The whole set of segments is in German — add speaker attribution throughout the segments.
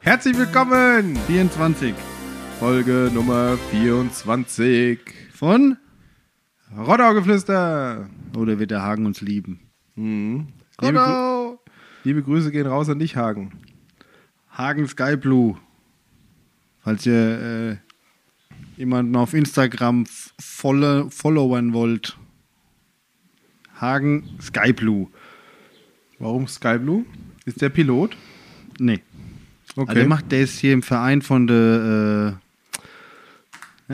Speaker 1: Herzlich willkommen!
Speaker 2: 24.
Speaker 1: Folge Nummer 24.
Speaker 2: Von?
Speaker 1: Rodaugeflüster!
Speaker 2: Oder wird der Hagen uns lieben?
Speaker 1: Liebe, Grü
Speaker 2: Rodau!
Speaker 1: liebe Grüße gehen raus an dich, Hagen.
Speaker 2: Hagen Sky Blue. Falls ihr äh, jemanden auf Instagram f- folle, followern wollt. Hagen Sky Blue.
Speaker 1: Warum Sky Blue? Ist der Pilot?
Speaker 2: Nee. Also der macht der ist hier im Verein von der. Äh,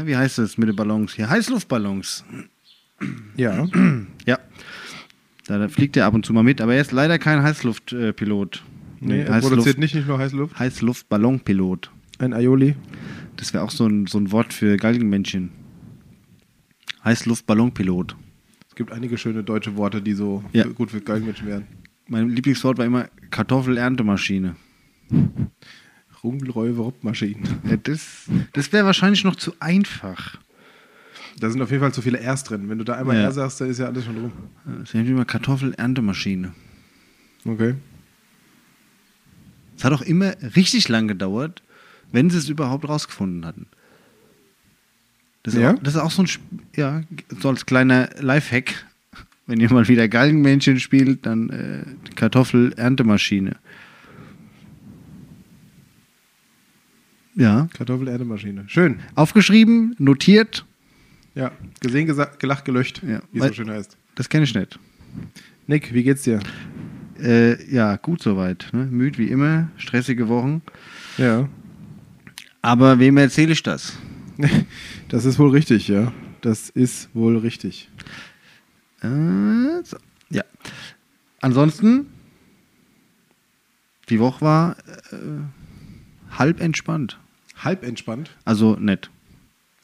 Speaker 2: ja, wie heißt das mit den Ballons hier? Heißluftballons.
Speaker 1: ja.
Speaker 2: Ja. Da, da fliegt er ab und zu mal mit, aber er ist leider kein Heißluftpilot. Äh, Pilot.
Speaker 1: Nee, er
Speaker 2: Heißluft-
Speaker 1: produziert nicht, nicht nur Heißluft.
Speaker 2: Heißluftballonpilot.
Speaker 1: Ein Aioli.
Speaker 2: Das wäre auch so ein, so ein Wort für Galgenmännchen. Heißluftballonpilot.
Speaker 1: Es gibt einige schöne deutsche Worte, die so
Speaker 2: Ja.
Speaker 1: für- gut für Geigenmenschen wären.
Speaker 2: Mein Lieblingswort war immer Kartoffelerntemaschine.
Speaker 1: Rungelräuve Ruppmaschinen.
Speaker 2: Ja, das das wäre wahrscheinlich noch zu einfach. Äh,
Speaker 1: Da sind auf jeden Fall zu viele Rs drin. Wenn du da einmal
Speaker 2: Ja.
Speaker 1: R sagst, dann ist ja alles schon rum.
Speaker 2: Das nennt immer Kartoffelerntemaschine.
Speaker 1: Okay.
Speaker 2: Es hat auch immer richtig lang gedauert, wenn sie es überhaupt rausgefunden hatten. Das ist,
Speaker 1: Ja?
Speaker 2: auch, das ist auch so ein, Sp- ja, so als kleiner Lifehack. Wenn ihr mal wieder Galgenmännchen spielt, dann äh, Kartoffelerntemaschine. Ja.
Speaker 1: Kartoffelerdemaschine. Schön.
Speaker 2: Aufgeschrieben, notiert.
Speaker 1: Ja. Gesehen, gesa- gelacht, gelöscht.
Speaker 2: Ja.
Speaker 1: Wie es
Speaker 2: Weil-
Speaker 1: so schön heißt.
Speaker 2: Das kenne ich nicht.
Speaker 1: Nick, wie geht's dir?
Speaker 2: Äh, ja, gut soweit. Ne? Müd wie immer, stressige Wochen.
Speaker 1: Ja.
Speaker 2: Aber wem erzähle ich das?
Speaker 1: Das ist wohl richtig, ja. Das ist wohl richtig.
Speaker 2: Äh, so. Ja. Ansonsten, die Woche war äh, halb entspannt.
Speaker 1: Halb entspannt,
Speaker 2: Also nett.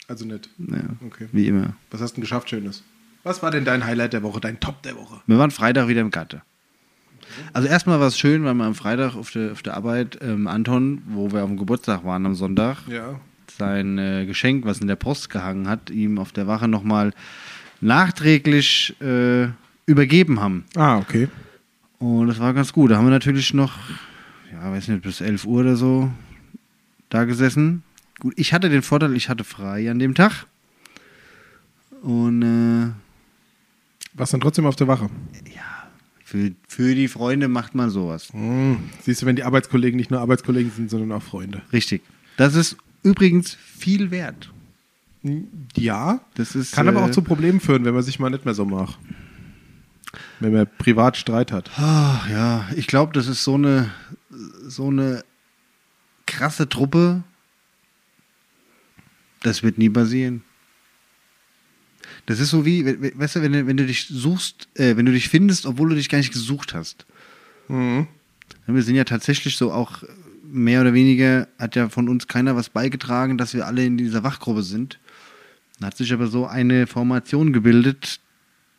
Speaker 1: also nicht.
Speaker 2: Ja,
Speaker 1: Okay.
Speaker 2: Wie immer.
Speaker 1: Was hast du denn geschafft, Schönes? Was war denn dein Highlight der Woche, dein Top der Woche?
Speaker 2: Wir waren Freitag wieder im Gatte. Also erstmal war es schön, weil wir am Freitag auf der, auf der Arbeit ähm, Anton, wo wir auf dem Geburtstag waren am Sonntag,
Speaker 1: Ja.
Speaker 2: sein äh, Geschenk, was in der Post gehangen hat, ihm auf der Wache nochmal nachträglich äh, übergeben haben.
Speaker 1: Ah, okay.
Speaker 2: Und das war ganz gut. Da haben wir natürlich noch, ja, weiß nicht, bis 11 Uhr oder so da gesessen. Gut, ich hatte den Vorteil, ich hatte frei an dem Tag. Und äh,
Speaker 1: Warst dann trotzdem auf der Wache?
Speaker 2: ja, für, für die Freunde macht man sowas.
Speaker 1: Siehst du, wenn die Arbeitskollegen nicht nur Arbeitskollegen sind, sondern auch Freunde.
Speaker 2: Richtig. Das ist übrigens viel wert.
Speaker 1: Hm, Ja.
Speaker 2: Das ist,
Speaker 1: Kann aber
Speaker 2: äh,
Speaker 1: auch zu Problemen führen, wenn man sich mal nicht mehr so macht. Wenn man privat Streit hat.
Speaker 2: Ah, ja, ich glaube, das ist so eine, so eine krasse Truppe. Das wird nie passieren. Das ist so wie, we- we- weißt du, wenn du, wenn du dich suchst, äh, wenn du dich findest, obwohl du dich gar nicht gesucht hast. Wir sind ja tatsächlich so auch äh, mehr oder weniger, hat ja von uns keiner was beigetragen, dass wir alle in dieser Wachgruppe sind. Dann hat sich aber so eine Formation gebildet,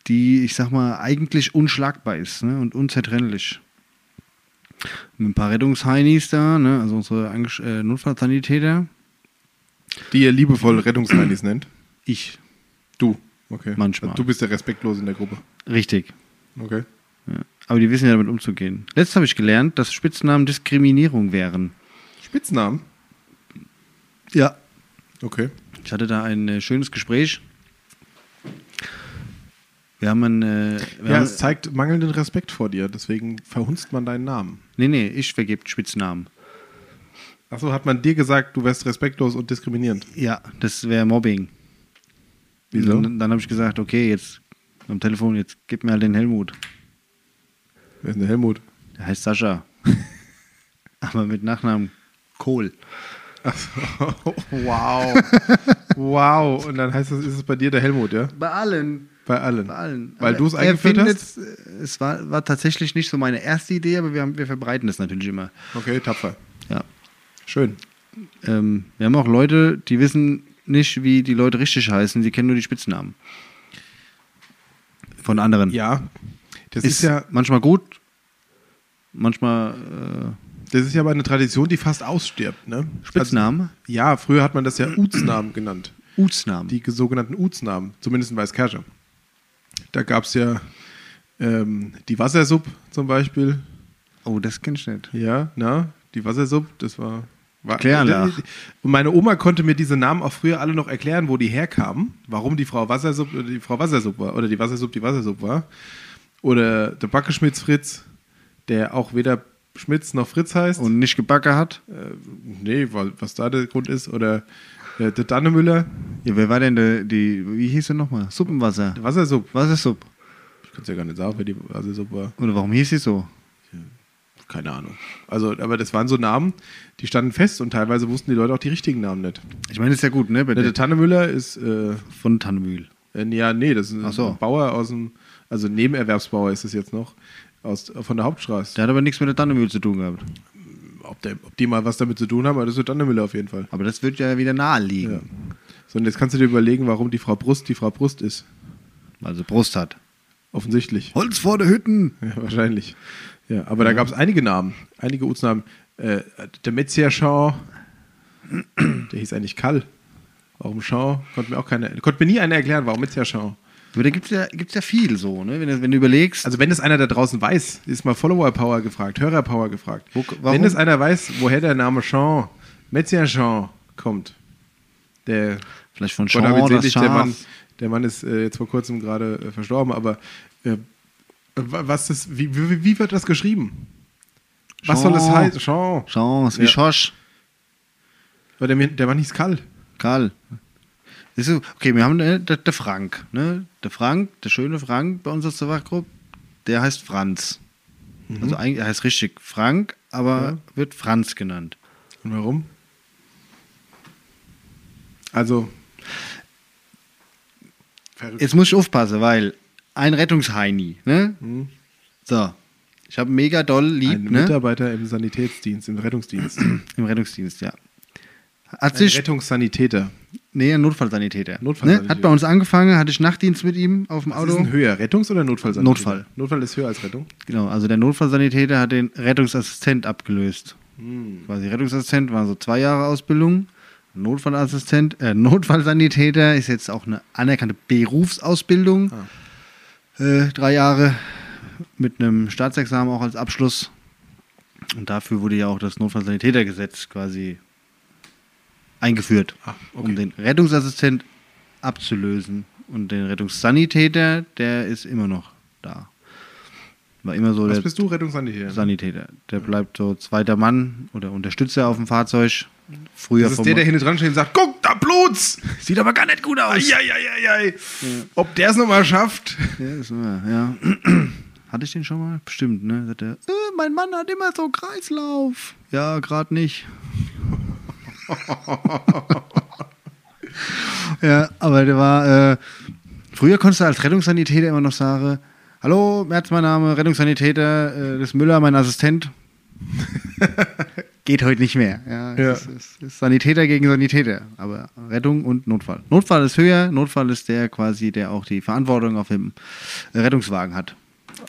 Speaker 2: die, ich sag mal, eigentlich unschlagbar ist ne? und unzertrennlich. Mit ein paar Rettungsheinis da, ne? also unsere Angesch äh, Notfallsanitäter.
Speaker 1: Die ihr liebevoll Rettungsheinis nennt.
Speaker 2: Ich,
Speaker 1: Du. Okay.
Speaker 2: Manchmal.
Speaker 1: Du bist der Respektlose in der Gruppe.
Speaker 2: richtig.
Speaker 1: Okay.
Speaker 2: Ja. Aber die wissen ja damit umzugehen. Letztes habe ich gelernt, dass Spitznamen Diskriminierung wären.
Speaker 1: Spitznamen?
Speaker 2: Ja.
Speaker 1: Okay.
Speaker 2: Ich hatte da ein äh, schönes Gespräch. Wir haben ein. Äh, wir
Speaker 1: Ja,
Speaker 2: haben,
Speaker 1: es zeigt mangelnden Respekt vor dir, deswegen verhunzt man deinen Namen.
Speaker 2: nee, nee, ich vergebe Spitznamen.
Speaker 1: Achso, hat man dir gesagt, du wärst respektlos und diskriminierend.
Speaker 2: Ja, das wäre Mobbing.
Speaker 1: Wieso?
Speaker 2: Dann, dann habe ich gesagt, okay, jetzt am Telefon, jetzt gib mir halt den Helmut.
Speaker 1: Wer ist denn der Helmut?
Speaker 2: Der heißt Sascha. Aber mit Nachnamen Kohl.
Speaker 1: wow. wow. Und dann heißt das, ist es bei dir der Helmut, ja?
Speaker 2: Bei allen.
Speaker 1: Bei allen.
Speaker 2: Bei allen.
Speaker 1: Weil
Speaker 2: Aber
Speaker 1: du es
Speaker 2: er
Speaker 1: eingeführt
Speaker 2: findet-
Speaker 1: hast?
Speaker 2: Es war, war tatsächlich nicht so meine erste Idee, aber wir, haben, wir verbreiten das natürlich immer.
Speaker 1: Okay, tapfer.
Speaker 2: Ja.
Speaker 1: Schön.
Speaker 2: Ähm, wir haben auch Leute, die wissen nicht, wie die Leute richtig heißen, sie kennen nur die Spitznamen. Von anderen.
Speaker 1: Ja. Das ist,
Speaker 2: ist,
Speaker 1: ja,
Speaker 2: manchmal gut, manchmal
Speaker 1: das ist ja aber eine Tradition, die fast ausstirbt, ne?
Speaker 2: äh, Spitznamen,
Speaker 1: Also, ja, früher hat man das ja Utsnamen genannt.
Speaker 2: Utsnamen.
Speaker 1: Die sogenannten Utsnamen, zumindest in Weißkirche. Da gab es ja ähm, die Wassersupp zum Beispiel.
Speaker 2: oh, das kennst du nicht.
Speaker 1: Ja, na, die Wassersuppe, das war War-
Speaker 2: Klärlach.
Speaker 1: Und meine Oma konnte mir diese Namen auch früher alle noch erklären, wo die herkamen, warum die Frau Wassersupp oder die Frau Wassersupp war oder die Wassersupp die Wassersupp war. Oder der Backeschmitz Fritz, der auch weder Schmitz noch Fritz heißt. Äh,
Speaker 2: Und nicht gebacken hat.
Speaker 1: nee, weil, was da der Grund ist. Oder äh, der Dannemüller,
Speaker 2: Ja, wer war denn der, die, wie hieß er nochmal? Suppenwasser.
Speaker 1: der Wassersupp.
Speaker 2: Wassersupp.
Speaker 1: Ich kann es ja gar nicht sagen, wer die Wassersupp war.
Speaker 2: Oder warum hieß sie so?
Speaker 1: Keine Ahnung. Also, aber das waren so Namen, die standen fest und teilweise wussten die Leute auch die richtigen Namen nicht.
Speaker 2: Ich meine, ist ja gut, ne? Bei
Speaker 1: Der, der
Speaker 2: der,
Speaker 1: Tannemüller ist, äh,
Speaker 2: von Tannenmühl.
Speaker 1: äh, ja, nee, das ist ein
Speaker 2: Ach so.
Speaker 1: Bauer aus dem, also Nebenerwerbsbauer ist es jetzt noch, aus, von der Hauptstraße.
Speaker 2: Der hat aber nichts mit der Tannenmühl zu tun gehabt.
Speaker 1: Ob, der, ob die mal was damit zu tun haben, aber das ist der Tannemüller auf jeden Fall.
Speaker 2: Aber das wird ja wieder nahe
Speaker 1: Ja.
Speaker 2: liegen,
Speaker 1: So, und jetzt kannst du dir überlegen, warum die Frau Brust die Frau Brust ist.
Speaker 2: weil sie Brust hat.
Speaker 1: Offensichtlich.
Speaker 2: Holz vor der Hütten.
Speaker 1: Ja, wahrscheinlich. Ja, aber da gab es einige Namen, einige Utsnamen. Äh, der Metzger-Schau, der hieß eigentlich Kall. Warum Schau? Konnte mir auch keine, konnte mir nie einer erklären, warum Metzger-Schau.
Speaker 2: Aber da gibt es ja, gibt's ja viel so, ne? Wenn, du- wenn du überlegst,
Speaker 1: Also wenn es einer da draußen weiß, ist mal Follower-Power gefragt, Hörer-Power gefragt.
Speaker 2: Wo- warum?
Speaker 1: Wenn es einer weiß, woher der Name Jean, Metzger Jean kommt, der
Speaker 2: vielleicht von
Speaker 1: Gott
Speaker 2: Sean
Speaker 1: hab ihn
Speaker 2: das
Speaker 1: selig, der Mann,
Speaker 2: Schaf.
Speaker 1: der Mann ist äh, jetzt vor kurzem gerade äh, verstorben, aber äh, wa- was ist, wie, wie, wie wird das geschrieben? Was soll
Speaker 2: Jean.
Speaker 1: das heißen? Jean.
Speaker 2: Chance, wie
Speaker 1: Ja.
Speaker 2: Schosch.
Speaker 1: Weil der, der Mann hieß Karl.
Speaker 2: Karl. Das ist, okay, wir haben äh, der, der Frank, ne? Der Frank, der schöne Frank bei uns aus der Wachgruppe, der heißt Franz.
Speaker 1: Mhm.
Speaker 2: Also eigentlich er heißt richtig Frank, aber wird Franz genannt.
Speaker 1: Und warum? Also. Verrückt.
Speaker 2: Jetzt muss ich aufpassen, weil ein Rettungsheini, ne? So. Ich habe mega doll lieb,
Speaker 1: Mhm. Ein
Speaker 2: ne?
Speaker 1: Mitarbeiter im Sanitätsdienst, im Rettungsdienst.
Speaker 2: Im Rettungsdienst, ja. Hat
Speaker 1: Ein
Speaker 2: sich,
Speaker 1: Rettungssanitäter.
Speaker 2: nee, ein Notfallsanitäter.
Speaker 1: Notfallsanitäter.
Speaker 2: Ne? Hat bei uns angefangen, hatte ich Nachtdienst mit ihm auf dem
Speaker 1: Was ist denn
Speaker 2: Auto.
Speaker 1: höher? Rettungs- oder Notfallsanitäter?
Speaker 2: Notfall.
Speaker 1: Notfall ist höher als Rettung.
Speaker 2: Genau, also der Notfallsanitäter hat den Rettungsassistent abgelöst.
Speaker 1: Hm.
Speaker 2: Quasi Rettungsassistent war so zwei Jahre Ausbildung. Notfallassistent, äh, Notfallsanitäter ist jetzt auch eine anerkannte Berufsausbildung.
Speaker 1: Ah.
Speaker 2: Äh, drei Jahre mit einem Staatsexamen auch als Abschluss. Und dafür wurde ja auch das Notfallsanitätergesetz quasi eingeführt,
Speaker 1: Ah, okay.
Speaker 2: um den Rettungsassistent abzulösen. Und den Rettungssanitäter, der ist immer noch da. War immer so
Speaker 1: Was
Speaker 2: der
Speaker 1: bist du, Rettungssanitäter?
Speaker 2: Sanitäter. Der bleibt so zweiter Mann oder Unterstützer auf dem Fahrzeug. Früher
Speaker 1: das ist der, der hinten dran steht und sagt, guck, da blut's! Sieht aber gar nicht gut aus. Eieieiei. Ob der es nochmal schafft?
Speaker 2: ja, ist immer, ja. Hatte ich den schon mal? Bestimmt, ne? Sagt er, äh, mein Mann hat immer so Kreislauf. Ja, gerade nicht. ja, aber der war, äh, früher konntest du als Rettungssanitäter immer noch sagen, hallo, Merz mein Name, Rettungssanitäter, äh, das ist Müller, mein Assistent. Geht heute nicht mehr. Ja, es
Speaker 1: Ja.
Speaker 2: Ist, es ist Sanitäter gegen Sanitäter, aber Rettung und Notfall. Notfall ist höher, Notfall ist der quasi, der auch die Verantwortung auf dem äh, Rettungswagen hat.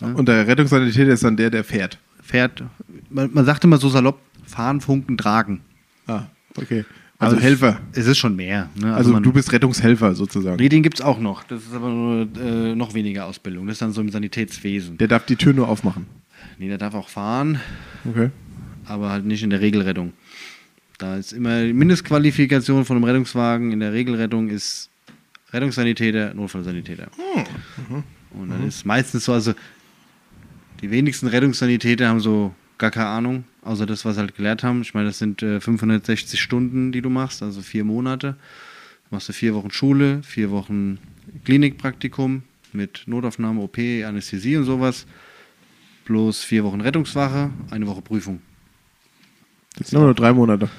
Speaker 1: Und der Rettungssanitäter ist dann der, der fährt.
Speaker 2: Fährt, man, man sagt immer so salopp, fahren, funken, tragen.
Speaker 1: Ah, okay. Also
Speaker 2: Aber
Speaker 1: Helfer.
Speaker 2: Es, es ist schon mehr. Ne?
Speaker 1: Also,
Speaker 2: man,
Speaker 1: du bist Rettungshelfer sozusagen.
Speaker 2: Nee, den gibt es auch noch. Das ist aber nur äh, noch weniger Ausbildung. Das ist dann so im Sanitätswesen.
Speaker 1: Der darf die Tür nur aufmachen.
Speaker 2: Nee, der darf auch fahren,
Speaker 1: Okay.
Speaker 2: aber halt nicht in der Regelrettung. Da ist immer die Mindestqualifikation von einem Rettungswagen in der Regelrettung ist Rettungssanitäter, Notfallsanitäter. Mhm. Und dann ist meistens so, also die wenigsten Rettungssanitäter haben so gar keine Ahnung, außer das, was sie halt gelernt haben. Ich meine, das sind äh, 560 Stunden, die du machst, also vier Monate. Machst du vier Wochen Schule, vier Wochen Klinikpraktikum mit Notaufnahme, OP, Anästhesie und sowas. Bloß vier Wochen Rettungswache, eine Woche Prüfung.
Speaker 1: Das sind aber nur drei Monate.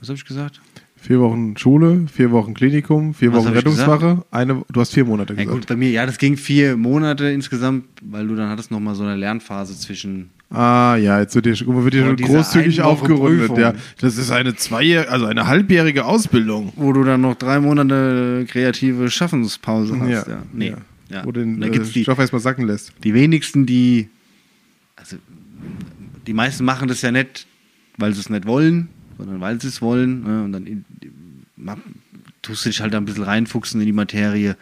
Speaker 2: Was habe ich gesagt?
Speaker 1: Vier Wochen Schule, vier Wochen Klinikum, vier
Speaker 2: Was
Speaker 1: Wochen
Speaker 2: hab ich
Speaker 1: Rettungswache. Eine, du hast vier Monate
Speaker 2: Ja,
Speaker 1: gesagt.
Speaker 2: gut, bei mir, ja, das ging vier Monate insgesamt, weil du dann hattest nochmal so eine Lernphase zwischen.
Speaker 1: Ah ja, jetzt wird dir, guck mal, wird dir
Speaker 2: Vor
Speaker 1: schon
Speaker 2: dieser
Speaker 1: großzügig
Speaker 2: einen Woche
Speaker 1: aufgerundet.
Speaker 2: Prüfung.
Speaker 1: Ja. Das ist eine zwei, also eine halbjährige Ausbildung.
Speaker 2: Wo du dann noch drei Monate kreative Schaffenspause hast. Ja. Nee. Ja.
Speaker 1: Wo du den
Speaker 2: da
Speaker 1: äh,
Speaker 2: gibt's die,
Speaker 1: Stoff erstmal sacken lässt.
Speaker 2: die wenigsten, die. Also, die meisten machen das ja nicht, weil sie es nicht wollen, sondern weil sie es wollen. Ne? Und dann in, ma- tust du dich halt ein bisschen reinfuchsen in die Materie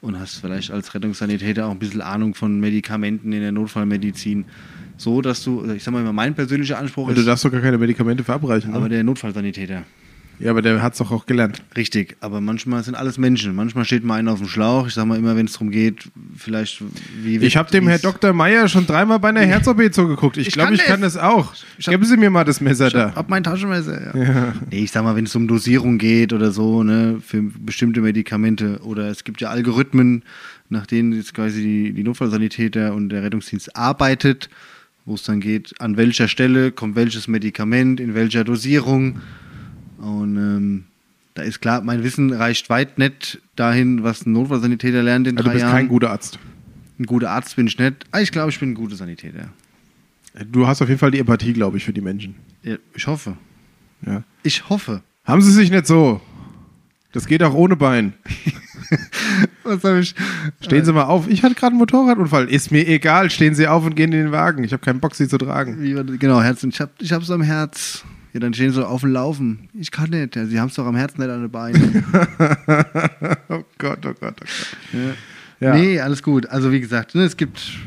Speaker 2: und hast vielleicht als Rettungssanitäter auch ein bisschen Ahnung von Medikamenten in der Notfallmedizin. So, dass du, also ich sag mal immer, mein persönlicher Anspruch
Speaker 1: Und du
Speaker 2: ist,
Speaker 1: darfst doch gar keine Medikamente verabreichen.
Speaker 2: Also aber
Speaker 1: ne?
Speaker 2: der Notfallsanitäter.
Speaker 1: ja, aber der hat es doch auch gelernt.
Speaker 2: Richtig, aber manchmal sind alles Menschen. Manchmal steht mal einer auf dem Schlauch. Ich sag mal immer, wenn es darum geht, vielleicht wie.
Speaker 1: Ich habe dem
Speaker 2: wie's-
Speaker 1: Herr Dr. Meier schon dreimal bei einer Herz-OP zugeguckt. Ich
Speaker 2: Ich
Speaker 1: glaube,
Speaker 2: kann
Speaker 1: ich kann das auch. Geben Sie mir mal das Messer
Speaker 2: Ich hab,
Speaker 1: da.
Speaker 2: hab mein Taschenmesser. Ja. Nee, ich sag mal, wenn es um Dosierung geht oder so, ne, für bestimmte Medikamente oder es gibt ja Algorithmen, nach denen jetzt quasi die, die Notfallsanitäter und der Rettungsdienst arbeitet, wo es dann geht, an welcher Stelle kommt welches Medikament, in welcher Dosierung. Und ähm, da ist klar, mein Wissen reicht weit nicht dahin, was ein Notfallsanitäter lernt in
Speaker 1: Also, du
Speaker 2: drei
Speaker 1: bist
Speaker 2: Jahren.
Speaker 1: kein guter Arzt.
Speaker 2: ein guter Arzt bin ich nicht. Ah, ich glaube, ich bin ein guter Sanitäter.
Speaker 1: Du hast auf jeden Fall die Empathie, glaube ich, für die Menschen.
Speaker 2: Ja, ich hoffe.
Speaker 1: Ja.
Speaker 2: Ich hoffe.
Speaker 1: Haben Sie sich nicht so. Das geht auch ohne Bein.
Speaker 2: Was habe ich?
Speaker 1: Stehen Sie mal auf. Ich hatte gerade einen Motorradunfall. Ist mir egal. Stehen Sie auf und gehen in den Wagen. Ich habe keinen Bock, Sie zu tragen.
Speaker 2: Wie war das? Genau, Herzen. Ich, hab, ich hab's am Herz. Ja, dann stehen sie auf dem Laufen. Ich kann nicht. Ja, sie haben's doch am Herzen nicht an den Beinen.
Speaker 1: Oh Gott, oh Gott, oh Gott. Ja.
Speaker 2: Nee, alles gut. Also, wie gesagt, ne, es gibt.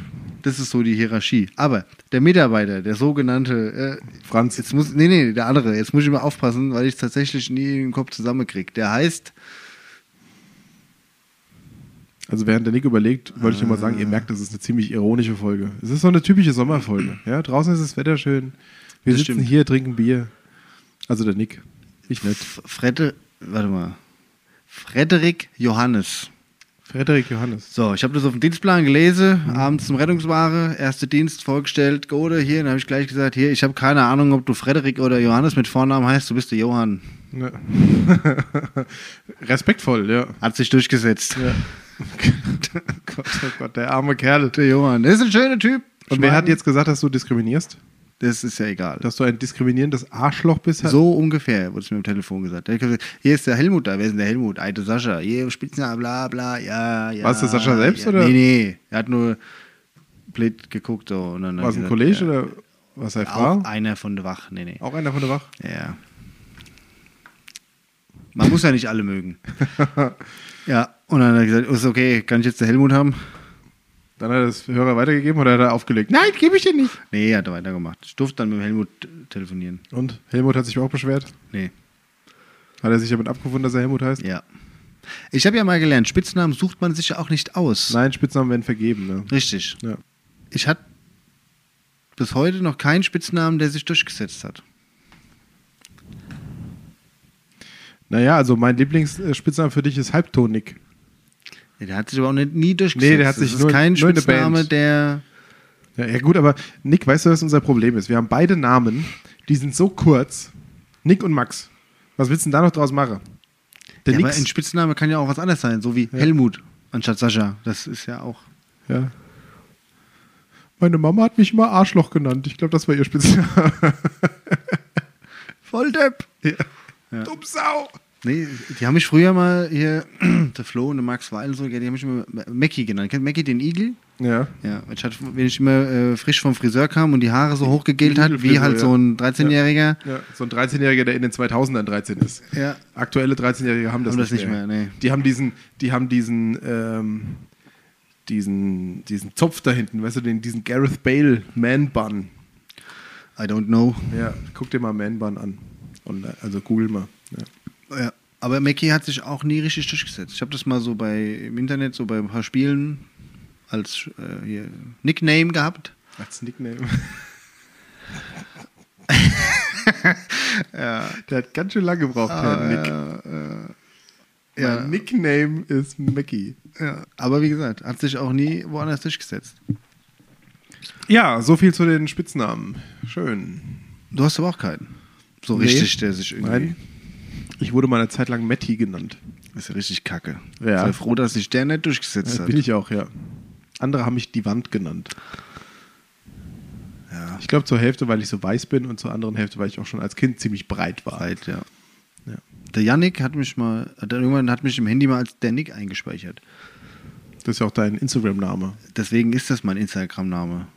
Speaker 2: Das ist so die Hierarchie. Aber der Mitarbeiter, der sogenannte. Äh,
Speaker 1: Franz.
Speaker 2: jetzt muss. Nee, nee, der andere. Jetzt muss ich mal aufpassen, weil ich es tatsächlich nie im Kopf zusammenkriege. Der heißt.
Speaker 1: Also während der Nick überlegt, wollte ich nur mal sagen, ihr merkt, das ist eine ziemlich ironische Folge. Es ist so eine typische Sommerfolge. Ja, draußen ist das Wetter schön. Wir
Speaker 2: Das
Speaker 1: sitzen
Speaker 2: stimmt.
Speaker 1: hier, trinken Bier. Also der Nick. Ich nicht.
Speaker 2: F- Fredde. Warte mal. Frederik Johannes.
Speaker 1: Frederik Johannes.
Speaker 2: So, ich habe das auf dem Dienstplan gelesen,
Speaker 1: Mhm.
Speaker 2: abends zum Rettungsware, erste Dienst vorgestellt, Gode, hier, dann habe ich gleich gesagt, hier, ich habe keine Ahnung, ob du Frederik oder Johannes mit Vornamen heißt, du bist der Johann.
Speaker 1: Ne. Respektvoll, ja.
Speaker 2: Hat sich durchgesetzt.
Speaker 1: ja. oh Gott, oh Gott, der arme Kerl.
Speaker 2: Der Johann, das ist ein schöner Typ.
Speaker 1: Und wer hat jetzt gesagt, dass du diskriminierst?
Speaker 2: Das ist ja egal.
Speaker 1: Dass du ein diskriminierendes Arschloch bist?
Speaker 2: So ungefähr, wurde es mir am Telefon gesagt. Der hat gesagt. Hier ist der Helmut da, wer ist denn der Helmut? Alte Sascha, hier, Spitzname, bla, bla, ja, ja.
Speaker 1: War es der Sascha selbst,
Speaker 2: ja.
Speaker 1: oder?
Speaker 2: Nee, nee, er hat nur blöd geguckt. So, und dann hat
Speaker 1: War es ein
Speaker 2: gesagt,
Speaker 1: Kollege
Speaker 2: ja,
Speaker 1: oder was er
Speaker 2: Auch
Speaker 1: Frau?
Speaker 2: einer von der Wach, nee, nee.
Speaker 1: Auch einer von der Wach?
Speaker 2: Ja. Man muss ja nicht alle mögen. ja, und dann hat er gesagt, ist okay, kann ich jetzt den Helmut haben?
Speaker 1: Dann hat er das Hörer weitergegeben oder hat er aufgelegt? Nein, gebe ich dir nicht.
Speaker 2: Nee, hat er weitergemacht. Ich durfte dann mit dem Helmut äh, telefonieren.
Speaker 1: Und Helmut hat sich auch beschwert.
Speaker 2: Nee,
Speaker 1: Hat er sich damit abgefunden, dass er Helmut heißt?
Speaker 2: ja. Ich habe ja mal gelernt, Spitznamen sucht man sich ja auch nicht aus.
Speaker 1: Nein, Spitznamen werden vergeben. Ne?
Speaker 2: Richtig.
Speaker 1: Ja.
Speaker 2: Ich hatte bis heute noch keinen Spitznamen, der sich durchgesetzt hat.
Speaker 1: Naja, also mein Lieblingsspitzname für dich ist Halbtonik.
Speaker 2: Nee, Der hat sich aber auch nicht, nie durchgesetzt.
Speaker 1: Nee, der hat sich
Speaker 2: das
Speaker 1: nur-
Speaker 2: ist kein
Speaker 1: nur in der
Speaker 2: Spitzname,
Speaker 1: Band.
Speaker 2: der.
Speaker 1: Ja, ja gut, aber Nick, weißt du, was unser Problem ist? Wir haben beide Namen, die sind so kurz. Nick und Max. Was willst du denn da noch draus machen? Der
Speaker 2: Ja, aber
Speaker 1: Nick.
Speaker 2: ein Spitzname kann ja auch was anderes sein, so wie Helmut anstatt Sascha. Das ist ja auch.
Speaker 1: Ja. Meine Mama hat mich immer Arschloch genannt. Ich glaube, das war ihr Spitzname.
Speaker 2: Volldepp!
Speaker 1: Dumm Sau.
Speaker 2: Nee, die haben mich früher mal hier, der Flo und der Max Weil und so, die haben mich immer Mackie genannt. Kennt Mackie den Igel?
Speaker 1: Ja.
Speaker 2: Ja, ich hatte, wenn ich immer äh, frisch vom Friseur kam und die Haare so hochgegelt hat, wie
Speaker 1: Igelfrisur,
Speaker 2: halt
Speaker 1: ja.
Speaker 2: so ein 13-Jähriger.
Speaker 1: ja. So ein 13-Jähriger, der in den 2000ern 13 ist.
Speaker 2: Ja.
Speaker 1: Aktuelle 13-Jährige haben das,
Speaker 2: Haben das nicht mehr, nee.
Speaker 1: Die haben diesen, die haben diesen, ähm, diesen, diesen Zopf da hinten, weißt du, den, diesen Gareth Bale Man Bun.
Speaker 2: I don't know.
Speaker 1: Ja, guck dir mal Man Bun an. Online, also google mal. Ja.
Speaker 2: Ja. Aber Mackie hat sich auch nie richtig durchgesetzt. Ich habe das mal so bei im Internet, so bei ein paar Spielen als äh, hier, Nickname gehabt.
Speaker 1: Als Nickname. Der hat ganz schön lange gebraucht, Herr Nick.
Speaker 2: Ah, ja.
Speaker 1: Mein Nickname ist Mackie.
Speaker 2: Ja. Aber wie gesagt, hat sich auch nie woanders durchgesetzt.
Speaker 1: Ja, so viel zu den Spitznamen. Schön.
Speaker 2: Du hast aber auch keinen. So
Speaker 1: Nee.
Speaker 2: richtig, der sich irgendwie.
Speaker 1: Nein. Ich wurde mal eine Zeit lang Matti genannt.
Speaker 2: Ist ja richtig kacke.
Speaker 1: Ja.
Speaker 2: Sei froh, dass sich der nicht durchgesetzt
Speaker 1: Ja,
Speaker 2: hat.
Speaker 1: bin ich auch, ja. Andere haben mich die Wand genannt. Ich glaube zur Hälfte, weil ich so weiß bin und zur anderen Hälfte, weil ich auch schon als Kind ziemlich breit war.
Speaker 2: Alt, ja.
Speaker 1: Ja.
Speaker 2: Der Yannick hat mich mal, hat dann irgendwann hat mich im Handy mal als der Nick eingespeichert.
Speaker 1: Das ist ja auch dein Instagram-Name.
Speaker 2: Deswegen ist das mein Instagram-Name.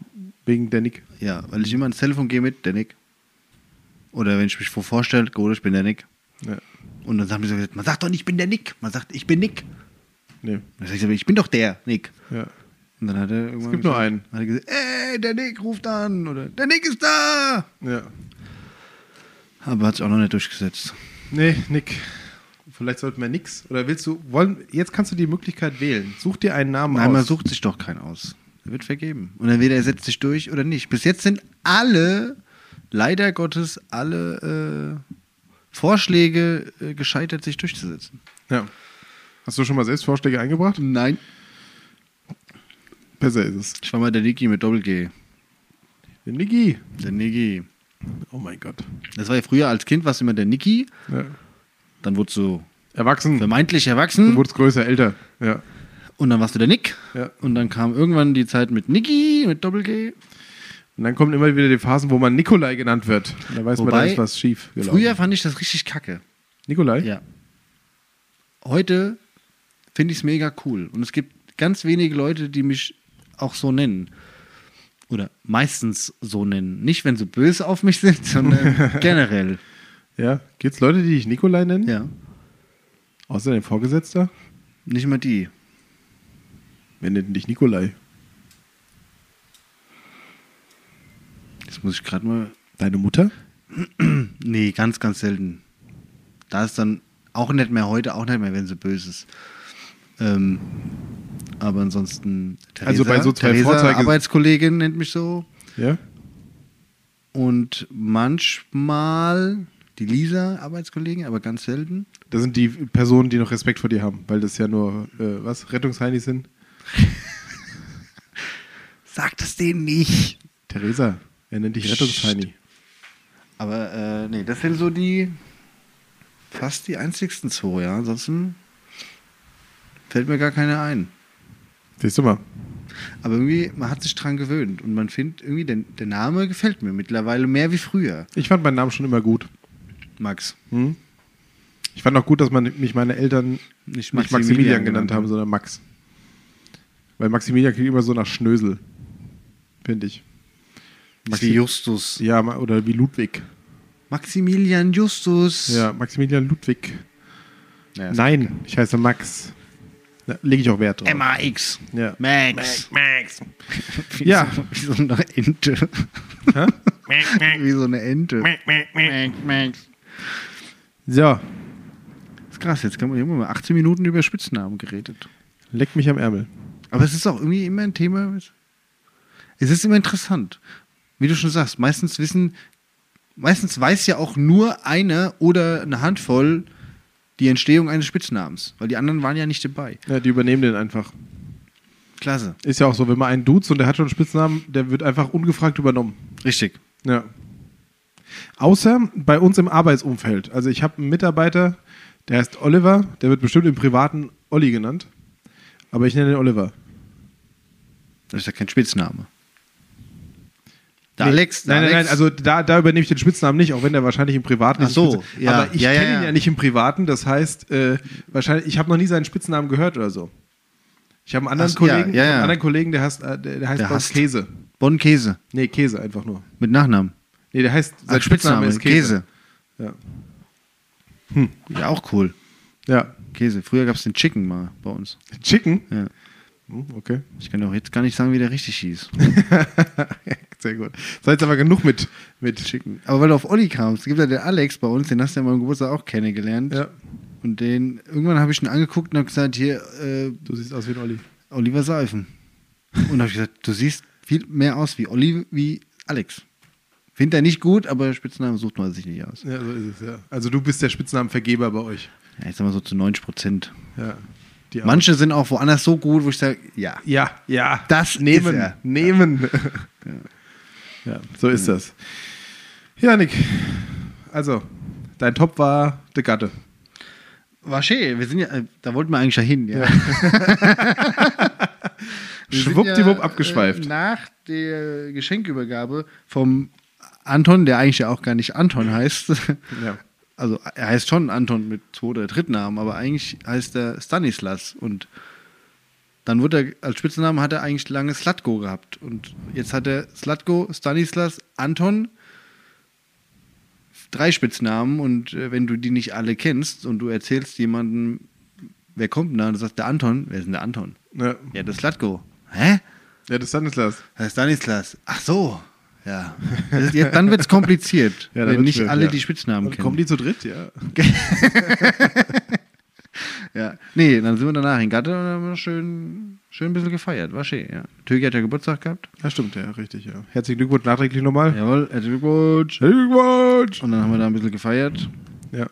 Speaker 1: Wegen der Nick.
Speaker 2: Ja, weil ich immer ans Telefon gehe mit der Nick. Oder wenn ich mich vor vorstelle, gut, ich bin der Nick.
Speaker 1: Ja.
Speaker 2: Und dann haben die so gesagt, man sagt doch nicht, ich bin der Nick. Man sagt, ich bin Nick.
Speaker 1: Nee.
Speaker 2: Und dann sag ich, aber ich bin doch der Nick.
Speaker 1: Ja.
Speaker 2: Und dann hat er irgendwann.
Speaker 1: gibt
Speaker 2: gesagt,
Speaker 1: nur einen.
Speaker 2: Hat er gesagt, ey, der Nick ruft an oder der Nick ist da!
Speaker 1: Ja.
Speaker 2: Aber hat sich auch noch nicht durchgesetzt.
Speaker 1: Nee, Nick. Vielleicht sollten wir nix. Oder willst du, wollen, jetzt kannst du die Möglichkeit wählen. Such dir einen Namen
Speaker 2: Nein, man
Speaker 1: aus.
Speaker 2: sucht sich doch keinen aus. Er wird vergeben. Und entweder er setzt sich durch oder nicht. Bis jetzt sind alle, leider Gottes, alle äh, Vorschläge äh, gescheitert, sich durchzusetzen.
Speaker 1: Ja. Hast du schon mal selbst Vorschläge eingebracht?
Speaker 2: Nein.
Speaker 1: Besser ist es.
Speaker 2: Ich war mal der Niki mit Doppel-G.
Speaker 1: Den Niki.
Speaker 2: Der Niki.
Speaker 1: Oh mein Gott.
Speaker 2: Das war ja früher als Kind, warst du immer der Niki.
Speaker 1: Ja.
Speaker 2: Dann wurdest du
Speaker 1: Erwachsen.
Speaker 2: vermeintlich
Speaker 1: Du
Speaker 2: erwachsen.
Speaker 1: wurdest größer, älter. Ja.
Speaker 2: Und dann warst du der Nick.
Speaker 1: Ja.
Speaker 2: Und dann kam irgendwann die Zeit mit Niki, mit Doppel-G.
Speaker 1: Und dann kommen immer wieder die Phasen, wo man Nikolai genannt wird. Und da weiß man,
Speaker 2: Wobei,
Speaker 1: da ist was schief gelaufen.
Speaker 2: Früher fand ich das richtig kacke.
Speaker 1: Nikolai?
Speaker 2: Ja. Heute finde ich es mega cool. Und es gibt ganz wenige Leute, die mich auch so nennen. Oder meistens so nennen. Nicht, wenn sie böse auf mich sind, sondern generell.
Speaker 1: Ja. Gibt es Leute, die dich Nikolai nennen?
Speaker 2: Ja.
Speaker 1: Außer dein Vorgesetzter?
Speaker 2: Nicht mal die.
Speaker 1: Wer nennt denn dich Nikolai?
Speaker 2: Jetzt muss ich gerade mal.
Speaker 1: Deine Mutter?
Speaker 2: Nee, ganz, ganz selten. Da ist dann auch nicht mehr heute, auch nicht mehr, wenn sie böse ist. Ähm, aber ansonsten. Theresa,
Speaker 1: Also bei so zwei
Speaker 2: Theresa,
Speaker 1: Vorzeige-
Speaker 2: Arbeitskollegin nennt mich so.
Speaker 1: Ja.
Speaker 2: und manchmal die Lisa, Arbeitskollegen, aber ganz selten.
Speaker 1: Das sind die Personen, die noch Respekt vor dir haben, weil das ja nur, äh, was, Rettungsheinis sind.
Speaker 2: Sagt es denen nicht.
Speaker 1: Theresa, er nennt dich
Speaker 2: Psst.
Speaker 1: Rettungsheini.
Speaker 2: Aber äh, nee, das sind so die fast die einzigsten zwei, ja. Ansonsten fällt mir gar keiner ein.
Speaker 1: Siehst du mal.
Speaker 2: Aber irgendwie, man hat sich dran gewöhnt und man findet irgendwie, der, der Name gefällt mir mittlerweile mehr wie früher.
Speaker 1: Ich fand meinen Namen schon immer gut.
Speaker 2: Max.
Speaker 1: Hm? Ich fand auch gut, dass man mich meine Eltern nicht
Speaker 2: Nicht
Speaker 1: Maximilian genannt haben, sondern Max. Weil Maximilian klingt immer so nach Schnösel. Finde ich.
Speaker 2: Nicht wie Justus.
Speaker 1: Ja, ma- oder wie Ludwig.
Speaker 2: Maximilian Justus.
Speaker 1: Ja, Maximilian Ludwig.
Speaker 2: Naja, ist
Speaker 1: Nein, ich heiße Max. Da lege ich auch Wert drauf.
Speaker 2: MAX.
Speaker 1: Ja.
Speaker 2: Max.
Speaker 3: Max.
Speaker 2: Wie
Speaker 1: Ja.
Speaker 2: So, wie so eine Ente.
Speaker 3: Max, Max,
Speaker 2: wie so eine Ente.
Speaker 3: Max, Max, Max.
Speaker 2: Max, Max.
Speaker 1: So,
Speaker 2: Das ist krass, jetzt kann man immer mal 18 Minuten über Spitznamen geredet.
Speaker 1: leck mich am Ärmel.
Speaker 2: Aber es ist auch irgendwie immer ein Thema. was- Es ist immer interessant. Wie du schon sagst, meistens wissen, meistens weiß ja auch nur einer oder eine Handvoll die Entstehung eines Spitznamens, weil die anderen waren ja nicht dabei.
Speaker 1: Ja, die übernehmen den einfach.
Speaker 2: Klasse.
Speaker 1: Ist ja auch so, wenn man einen duzt und der hat schon einen Spitznamen, der wird einfach ungefragt übernommen.
Speaker 2: Richtig.
Speaker 1: Ja. Außer bei uns im Arbeitsumfeld. Also ich habe einen Mitarbeiter, der heißt Oliver, der wird bestimmt im Privaten Olli genannt. Aber ich nenne ihn Oliver.
Speaker 2: Das ist ja kein Spitzname. Der
Speaker 1: Nee.
Speaker 2: Alex, der
Speaker 1: Nein, nein,
Speaker 2: Alex,
Speaker 1: nein, also da, da übernehme ich den Spitznamen nicht, auch wenn der wahrscheinlich im Privaten
Speaker 2: Ach
Speaker 1: nicht
Speaker 2: so,
Speaker 1: Spitz-
Speaker 2: ja,
Speaker 1: Aber ich
Speaker 2: ja, ja,
Speaker 1: kenne ihn
Speaker 2: ja.
Speaker 1: ja nicht im Privaten, das heißt, äh, wahrscheinlich, ich habe noch nie seinen Spitznamen gehört oder so. Ich habe einen anderen
Speaker 2: Ach so, ja,
Speaker 1: Kollegen,
Speaker 2: ja, ja.
Speaker 1: einen anderen Kollegen, der heißt, äh, der, der heißt
Speaker 2: Der
Speaker 1: bei uns
Speaker 2: hasst-
Speaker 1: Käse.
Speaker 2: Bonn Käse
Speaker 1: Nee, Käse einfach nur.
Speaker 2: mit Nachnamen.
Speaker 1: Nee, der heißt, sein
Speaker 2: Ach, Spitzname ist Käse. Hm.
Speaker 1: Ja.
Speaker 2: Ja, auch cool.
Speaker 1: ja.
Speaker 2: Käse. Früher gab es den Chicken mal bei uns.
Speaker 1: Chicken?
Speaker 2: Ja.
Speaker 1: Hm, Okay.
Speaker 2: Ich kann auch jetzt gar nicht sagen, wie der richtig hieß.
Speaker 1: Sehr gut. So, jetzt aber genug mit, mit Chicken.
Speaker 2: Aber weil du auf Olli kamst, gibt ja den Alex bei uns, den hast du ja mal am Geburtstag auch kennengelernt.
Speaker 1: Ja.
Speaker 2: Und den, irgendwann habe ich ihn angeguckt und habe gesagt, hier, äh,
Speaker 1: Du siehst aus wie ein Olli.
Speaker 2: Oliver Seifen. Und habe ich gesagt, du siehst viel mehr aus wie Olli wie Alex. Find er nicht gut, aber Spitznamen sucht man sich nicht aus.
Speaker 1: Ja, so ist es, ja. Also du bist der Spitznamenvergeber bei euch.
Speaker 2: Ja, jetzt mal so zu 90 Prozent.
Speaker 1: Ja. Die
Speaker 2: Manche sind auch woanders so gut, wo ich sage, ja.
Speaker 1: Ja, ja.
Speaker 2: Das
Speaker 1: nehmen.
Speaker 2: ist er.
Speaker 1: Nehmen. Ja. so ist das. Ja, Nick. Also, dein Top war der Gatte.
Speaker 2: War schön, wir sind ja, äh, da wollten wir eigentlich ja hin, ja. Wir sind
Speaker 1: Schwuppdiwupp
Speaker 2: ja,
Speaker 1: abgeschweift.
Speaker 2: Äh, nach der Geschenkübergabe vom Anton, der eigentlich ja auch gar nicht Anton heißt.
Speaker 1: Ja.
Speaker 2: Also er heißt schon Anton mit zwei oder Drittnamen, aber eigentlich heißt er Stanislas. Und dann wurde er, als Spitznamen hat er eigentlich lange Slatko gehabt. Und jetzt hat er Slatko, Stanislas, Anton, drei Spitznamen. Und äh, wenn du die nicht alle kennst und du erzählst jemandem, wer kommt denn da, und du sagst, der Anton, wer ist denn der Anton?
Speaker 1: Ja.
Speaker 2: Ja, das Latko. Hä?
Speaker 1: Ja, das Stanislas.
Speaker 2: Das ist Stanislas. Ach so. Ja. Das ist, jetzt, dann wird es kompliziert,
Speaker 1: Ja, dann
Speaker 2: wenn
Speaker 1: wird's
Speaker 2: nicht
Speaker 1: wild,
Speaker 2: alle
Speaker 1: ja.
Speaker 2: die Spitznamen
Speaker 1: Und
Speaker 2: kennen.
Speaker 1: kommen die zu dritt, ja.
Speaker 2: Ja. Nee, dann sind wir danach in Gatte und haben wir schön, schön ein bisschen gefeiert. War schön, ja. Tögi hat ja Geburtstag gehabt.
Speaker 1: Ja, stimmt, ja, richtig, ja. Herzlichen Glückwunsch nachträglich nochmal.
Speaker 2: Jawohl, herzlichen Glückwunsch.
Speaker 1: Herzlichen Glückwunsch!
Speaker 2: Und dann haben wir da ein bisschen gefeiert
Speaker 1: Ja,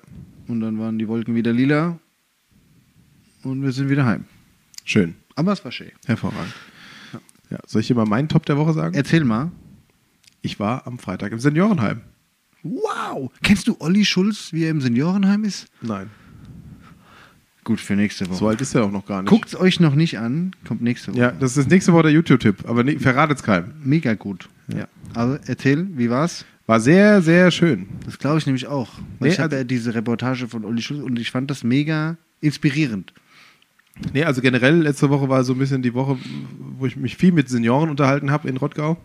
Speaker 2: und dann waren die Wolken wieder lila und wir sind wieder heim.
Speaker 1: schön.
Speaker 2: Aber es war schön.
Speaker 1: Hervorragend. Ja, soll ich hier mal meinen Top der Woche sagen?
Speaker 2: Erzähl mal.
Speaker 1: Ich war am Freitag im Seniorenheim.
Speaker 2: Wow! Kennst du Olli Schulz, wie er im Seniorenheim ist?
Speaker 1: Nein,
Speaker 2: Gut, für nächste Woche.
Speaker 1: so alt ist er auch noch gar nicht.
Speaker 2: Guckt's euch noch nicht an, kommt nächste Woche.
Speaker 1: Ja, das ist nächste Woche der YouTube-Tipp, aber ne, verratet's keinem.
Speaker 2: Mega gut. Ja. Also erzähl, wie war's?
Speaker 1: War sehr, sehr schön.
Speaker 2: Das glaube ich nämlich auch. Weil
Speaker 1: Nee,
Speaker 2: ich habe
Speaker 1: also-
Speaker 2: ja diese Reportage von Olli Schulz und ich fand das mega inspirierend.
Speaker 1: Nee, also generell letzte Woche war so ein bisschen die Woche, wo ich mich viel mit Senioren unterhalten habe in Rottgau.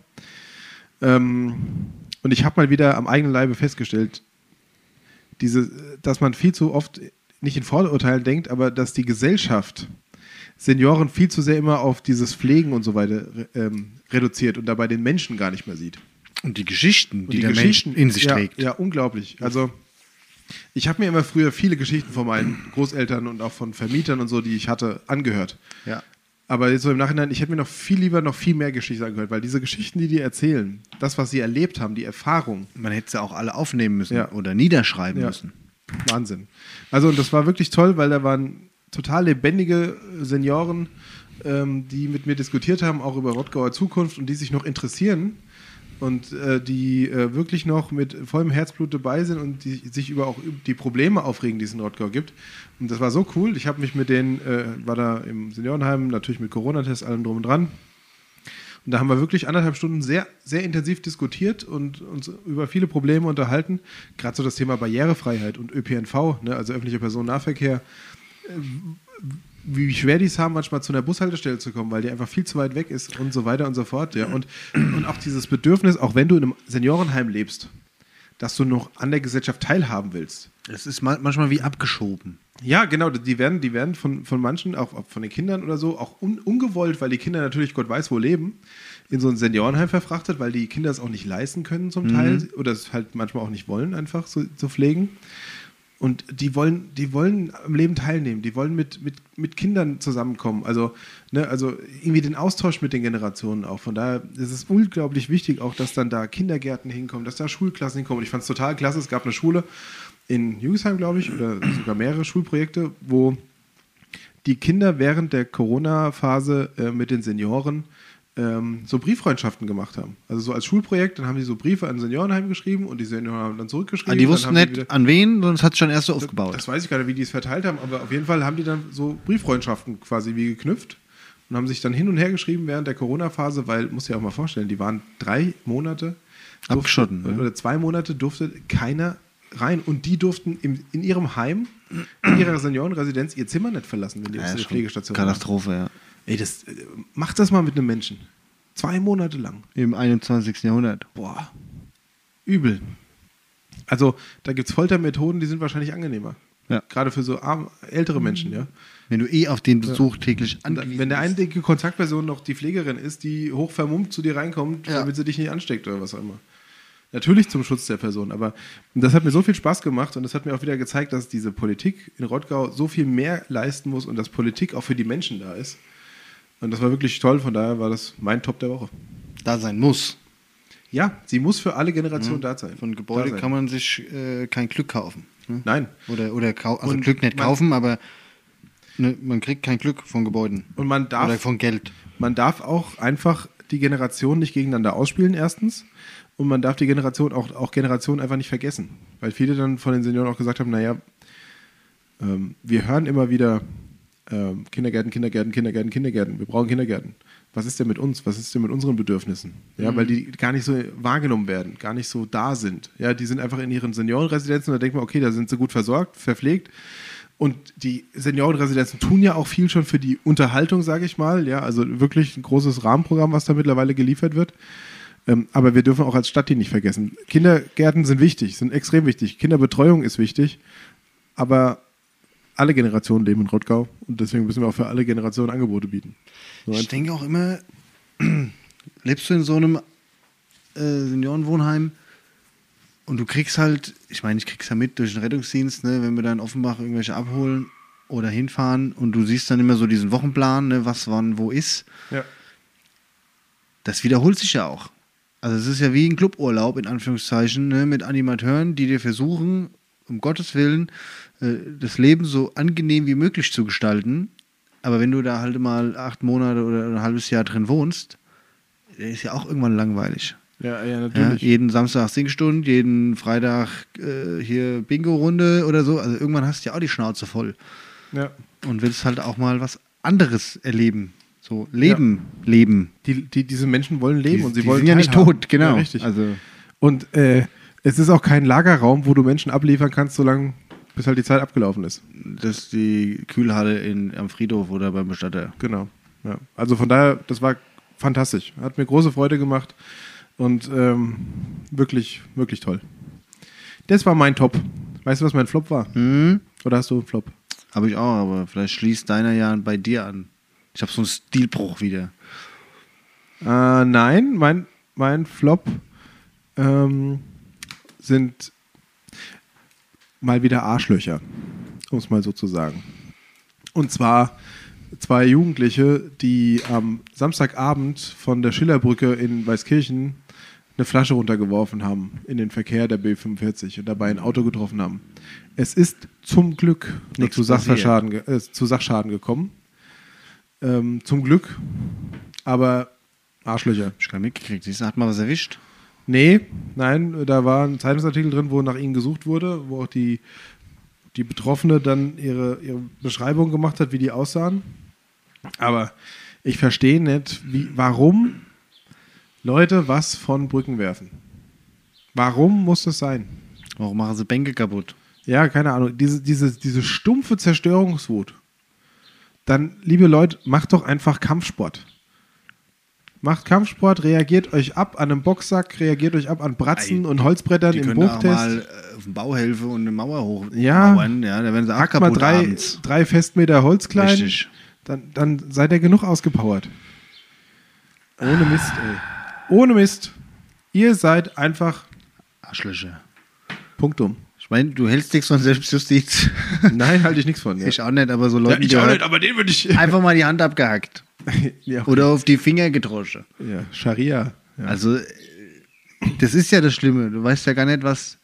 Speaker 1: Ähm, und ich habe mal wieder am eigenen Leibe festgestellt, diese, dass man viel zu oft nicht in Vorurteilen denkt, aber dass die Gesellschaft Senioren viel zu sehr immer auf dieses Pflegen und so weiter re- ähm, reduziert und dabei den Menschen gar nicht mehr sieht.
Speaker 2: Und die Geschichten,
Speaker 1: Und
Speaker 2: die, der Mensch in sich
Speaker 1: ja,
Speaker 2: trägt.
Speaker 1: Ja, unglaublich. Also ich habe mir immer früher viele Geschichten von meinen Großeltern und auch von Vermietern und so, die ich hatte, angehört.
Speaker 2: Ja.
Speaker 1: Aber jetzt so im Nachhinein, ich hätte mir noch viel lieber noch viel mehr Geschichten angehört, weil diese Geschichten, die die erzählen, das, was sie erlebt haben, die Erfahrung,
Speaker 2: Man hätte sie auch alle aufnehmen müssen
Speaker 1: Ja.
Speaker 2: oder niederschreiben
Speaker 1: Ja.
Speaker 2: müssen.
Speaker 1: Wahnsinn. Also und das war wirklich toll, weil da waren total lebendige Senioren, ähm, die mit mir diskutiert haben, auch über Rottgauer Zukunft und die sich noch interessieren und äh, die äh, wirklich noch mit vollem Herzblut dabei sind und die sich über auch üb- die Probleme aufregen, die es in Rottgau gibt. Und das war so cool. Ich habe mich mit denen, äh, war da im Seniorenheim, natürlich mit Corona-Test, allem drum und dran. Und da haben wir wirklich anderthalb Stunden sehr, sehr intensiv diskutiert und uns über viele Probleme unterhalten. Gerade so das Thema Barrierefreiheit und ÖPNV, ne, also öffentlicher Personennahverkehr. äh, Wie schwer die es haben, manchmal zu einer Bushaltestelle zu kommen, weil die einfach viel zu weit weg ist und so weiter und so fort. Ja. Und, und auch dieses Bedürfnis, auch wenn du in einem Seniorenheim lebst, dass du noch an der Gesellschaft teilhaben willst.
Speaker 2: Es ist ma- manchmal wie abgeschoben.
Speaker 1: Ja, genau, die werden, die werden von, von manchen, auch auch von den Kindern oder so, auch un, ungewollt, weil die Kinder natürlich Gott weiß wo leben, in so ein Seniorenheim verfrachtet, weil die Kinder es auch nicht leisten können zum Teil oder es halt manchmal auch nicht wollen, einfach so zu pflegen. Und die wollen, die wollen am Leben teilnehmen, die wollen mit, mit, mit Kindern zusammenkommen. Also, ne, also irgendwie den Austausch mit den Generationen auch. Von daher ist es unglaublich wichtig, auch dass dann da Kindergärten hinkommen, dass da Schulklassen hinkommen. Und ich fand es total klasse. Es gab eine Schule in Jügesheim, glaube ich, oder sogar mehrere Schulprojekte, wo die Kinder während der Corona-Phase äh, mit den Senioren ähm, so Brieffreundschaften gemacht haben. Also so als Schulprojekt, dann haben die so Briefe an Seniorenheim geschrieben und die Senioren haben dann zurückgeschrieben.
Speaker 2: Ah, die
Speaker 1: dann
Speaker 2: wussten
Speaker 1: haben wieder-
Speaker 2: nicht an wen, sonst hat es schon erst so aufgebaut.
Speaker 1: das weiß ich gar nicht, wie die es verteilt haben, aber auf jeden Fall haben die dann so Brieffreundschaften quasi wie geknüpft und haben sich dann hin und her geschrieben während der Corona-Phase, weil, muss ja auch mal vorstellen, die waren drei Monate durfte-
Speaker 2: Abgeschotten, ne?
Speaker 1: Oder zwei Monate durfte keiner rein und die durften im, in ihrem Heim, in ihrer Seniorenresidenz, ihr Zimmer nicht verlassen, wenn die
Speaker 2: Ja,
Speaker 1: aus
Speaker 2: ist
Speaker 1: der
Speaker 2: schon
Speaker 1: Pflegestation waren.
Speaker 2: Katastrophe, ja.
Speaker 1: Ey, das, äh, mach das mal mit einem Menschen. Zwei Monate lang.
Speaker 2: Im 21. Jahrhundert.
Speaker 1: Boah, übel. Also, da gibt es Foltermethoden, die sind wahrscheinlich angenehmer.
Speaker 2: Ja.
Speaker 1: Gerade für so arm, ältere Menschen, ja.
Speaker 2: Wenn du eh auf den Besuch täglich
Speaker 1: Und
Speaker 2: angewiesen
Speaker 1: Wenn der
Speaker 2: bist.
Speaker 1: einzige Kontaktperson noch die Pflegerin ist, die hochvermummt zu dir reinkommt,
Speaker 2: Ja.
Speaker 1: damit sie dich nicht ansteckt oder was auch immer. Natürlich zum Schutz der Person, aber das hat mir so viel Spaß gemacht und das hat mir auch wieder gezeigt, dass diese Politik in Rottgau so viel mehr leisten muss und dass Politik auch für die Menschen da ist. Und das war wirklich toll, von daher war das mein Top der Woche.
Speaker 2: da sein muss.
Speaker 1: Ja, sie muss für alle Generationen da sein.
Speaker 2: Mhm. Von
Speaker 1: Da
Speaker 2: Gebäude
Speaker 1: sein.
Speaker 2: kann man sich äh, kein Glück kaufen. Ne?
Speaker 1: Nein.
Speaker 2: Oder, oder kau also
Speaker 1: Und
Speaker 2: Glück nicht
Speaker 1: man-
Speaker 2: kaufen, aber ne, man kriegt kein Glück von Gebäuden.
Speaker 1: Und man darf-
Speaker 2: Oder von Geld.
Speaker 1: Man darf auch einfach die Generation nicht gegeneinander ausspielen, erstens. Und man darf die Generation auch, auch Generationen einfach nicht vergessen. Weil viele dann von den Senioren auch gesagt haben, naja, ähm, wir hören immer wieder ähm, Kindergärten, Kindergärten, Kindergärten, Kindergärten. Wir brauchen Kindergärten. Was ist denn mit uns? Was ist denn mit unseren Bedürfnissen? Ja, weil die gar nicht so wahrgenommen werden, gar nicht so da sind. Ja, die sind einfach in ihren Seniorenresidenzen und da denkt man, okay, da sind sie gut versorgt, verpflegt. Und die Seniorenresidenzen tun ja auch viel schon für die Unterhaltung, sage ich mal. Ja, also wirklich ein großes Rahmenprogramm, was da mittlerweile geliefert wird. Ähm, aber wir dürfen auch als Stadt die nicht vergessen. Kindergärten sind wichtig, sind extrem wichtig. Kinderbetreuung ist wichtig. Aber alle Generationen leben in Rottgau und deswegen müssen wir auch für alle Generationen Angebote bieten.
Speaker 2: Ich denke auch immer, lebst du in so einem äh, Seniorenwohnheim und du kriegst halt, ich meine, ich krieg's ja mit durch den Rettungsdienst, ne, wenn wir da in Offenbach irgendwelche abholen oder hinfahren und du siehst dann immer so diesen Wochenplan, ne, was wann wo ist.
Speaker 1: Ja.
Speaker 2: Das wiederholt sich ja auch. Also es ist ja wie ein Cluburlaub in Anführungszeichen ne, mit Animateuren, die dir versuchen, um Gottes Willen, äh, das Leben so angenehm wie möglich zu gestalten. Aber wenn du da halt mal acht Monate oder ein halbes Jahr drin wohnst, der ist ja auch irgendwann langweilig.
Speaker 1: Ja, ja,
Speaker 2: Ja,
Speaker 1: natürlich.
Speaker 2: jeden Samstag Singstunden, jeden Freitag äh, hier Bingo-Runde oder so. Also irgendwann hast du ja auch die Schnauze voll
Speaker 1: Ja.
Speaker 2: und willst halt auch mal was anderes erleben. So Leben, Leben.
Speaker 1: Die, die, diese Menschen wollen leben
Speaker 2: Die-
Speaker 1: und sie
Speaker 2: die
Speaker 1: wollen
Speaker 2: sind ja nicht
Speaker 1: teilhaben.
Speaker 2: tot, genau.
Speaker 1: Ja, richtig.
Speaker 2: Also
Speaker 1: Und äh, es ist auch kein Lagerraum, wo du Menschen abliefern kannst, solange bis halt die Zeit abgelaufen ist.
Speaker 2: das ist die Kühlhalle in, am Friedhof oder beim Bestatter.
Speaker 1: Genau. Ja. Also von daher, das war fantastisch. Hat mir große Freude gemacht und ähm, wirklich, wirklich toll. Das war mein Top. Weißt du, was mein Flop war?
Speaker 2: Hm?
Speaker 1: Oder hast du einen Flop?
Speaker 2: Habe ich auch, aber vielleicht schließt deiner ja bei dir an. Ich habe so einen Stilbruch wieder.
Speaker 1: Äh, nein, mein, mein Flop ähm, sind mal wieder Arschlöcher, um es mal so zu sagen. Und zwar zwei Jugendliche, die am Samstagabend von der Schillerbrücke in Weißkirchen eine Flasche runtergeworfen haben in den Verkehr der B45 und dabei ein Auto getroffen haben. Es ist zum Glück nur
Speaker 2: Nichts
Speaker 1: zu Sachverschaden, ge- äh, zu Sachschaden gekommen. Ähm, zum Glück. Aber Arschlöcher.
Speaker 2: Hab ich gar nicht mitgekriegt. Siehst du, hat mal was erwischt.
Speaker 1: Nee, nein, da war ein Zeitungsartikel drin, wo nach ihnen gesucht wurde, wo auch die, die Betroffene dann ihre, ihre Beschreibung gemacht hat, wie die aussahen. Aber ich verstehe nicht, wie, warum Leute was von Brücken werfen. Warum muss das sein?
Speaker 2: Warum machen sie Bänke kaputt?
Speaker 1: Ja, keine Ahnung. Diese, diese, diese stumpfe Zerstörungswut. Dann, liebe Leute, macht doch einfach Kampfsport. Macht Kampfsport, reagiert euch ab an einem Boxsack, reagiert euch ab an Bratzen
Speaker 2: Ei,
Speaker 1: und Holzbrettern
Speaker 2: Die
Speaker 1: im
Speaker 2: können auch mal
Speaker 1: Bruchtest.
Speaker 2: äh, auf den Bau helfen und eine Mauer hoch.
Speaker 1: Ja.
Speaker 2: mauern. ja da werden sie auch
Speaker 1: Packt mal
Speaker 2: kaputt
Speaker 1: drei,
Speaker 2: abends.
Speaker 1: drei Festmeter Holz klein.
Speaker 2: Richtig.
Speaker 1: Dann, dann seid ihr genug ausgepowert. Ohne Mist, ey. Ohne Mist. Ihr seid einfach
Speaker 2: Arschlöcher.
Speaker 1: Punktum.
Speaker 2: Ich meine, du hältst nichts von Selbstjustiz.
Speaker 1: Nein, halte ich nichts von. Ja.
Speaker 2: Ich auch nicht, aber so Leuten, die halt
Speaker 1: aber den würde ich.
Speaker 2: einfach mal die Hand abgehackt.
Speaker 1: ja, okay.
Speaker 2: Oder auf die Finger gedroschen.
Speaker 1: ja, Scharia. Ja.
Speaker 2: Also, äh, das ist ja das Schlimme. Du weißt ja gar nicht, was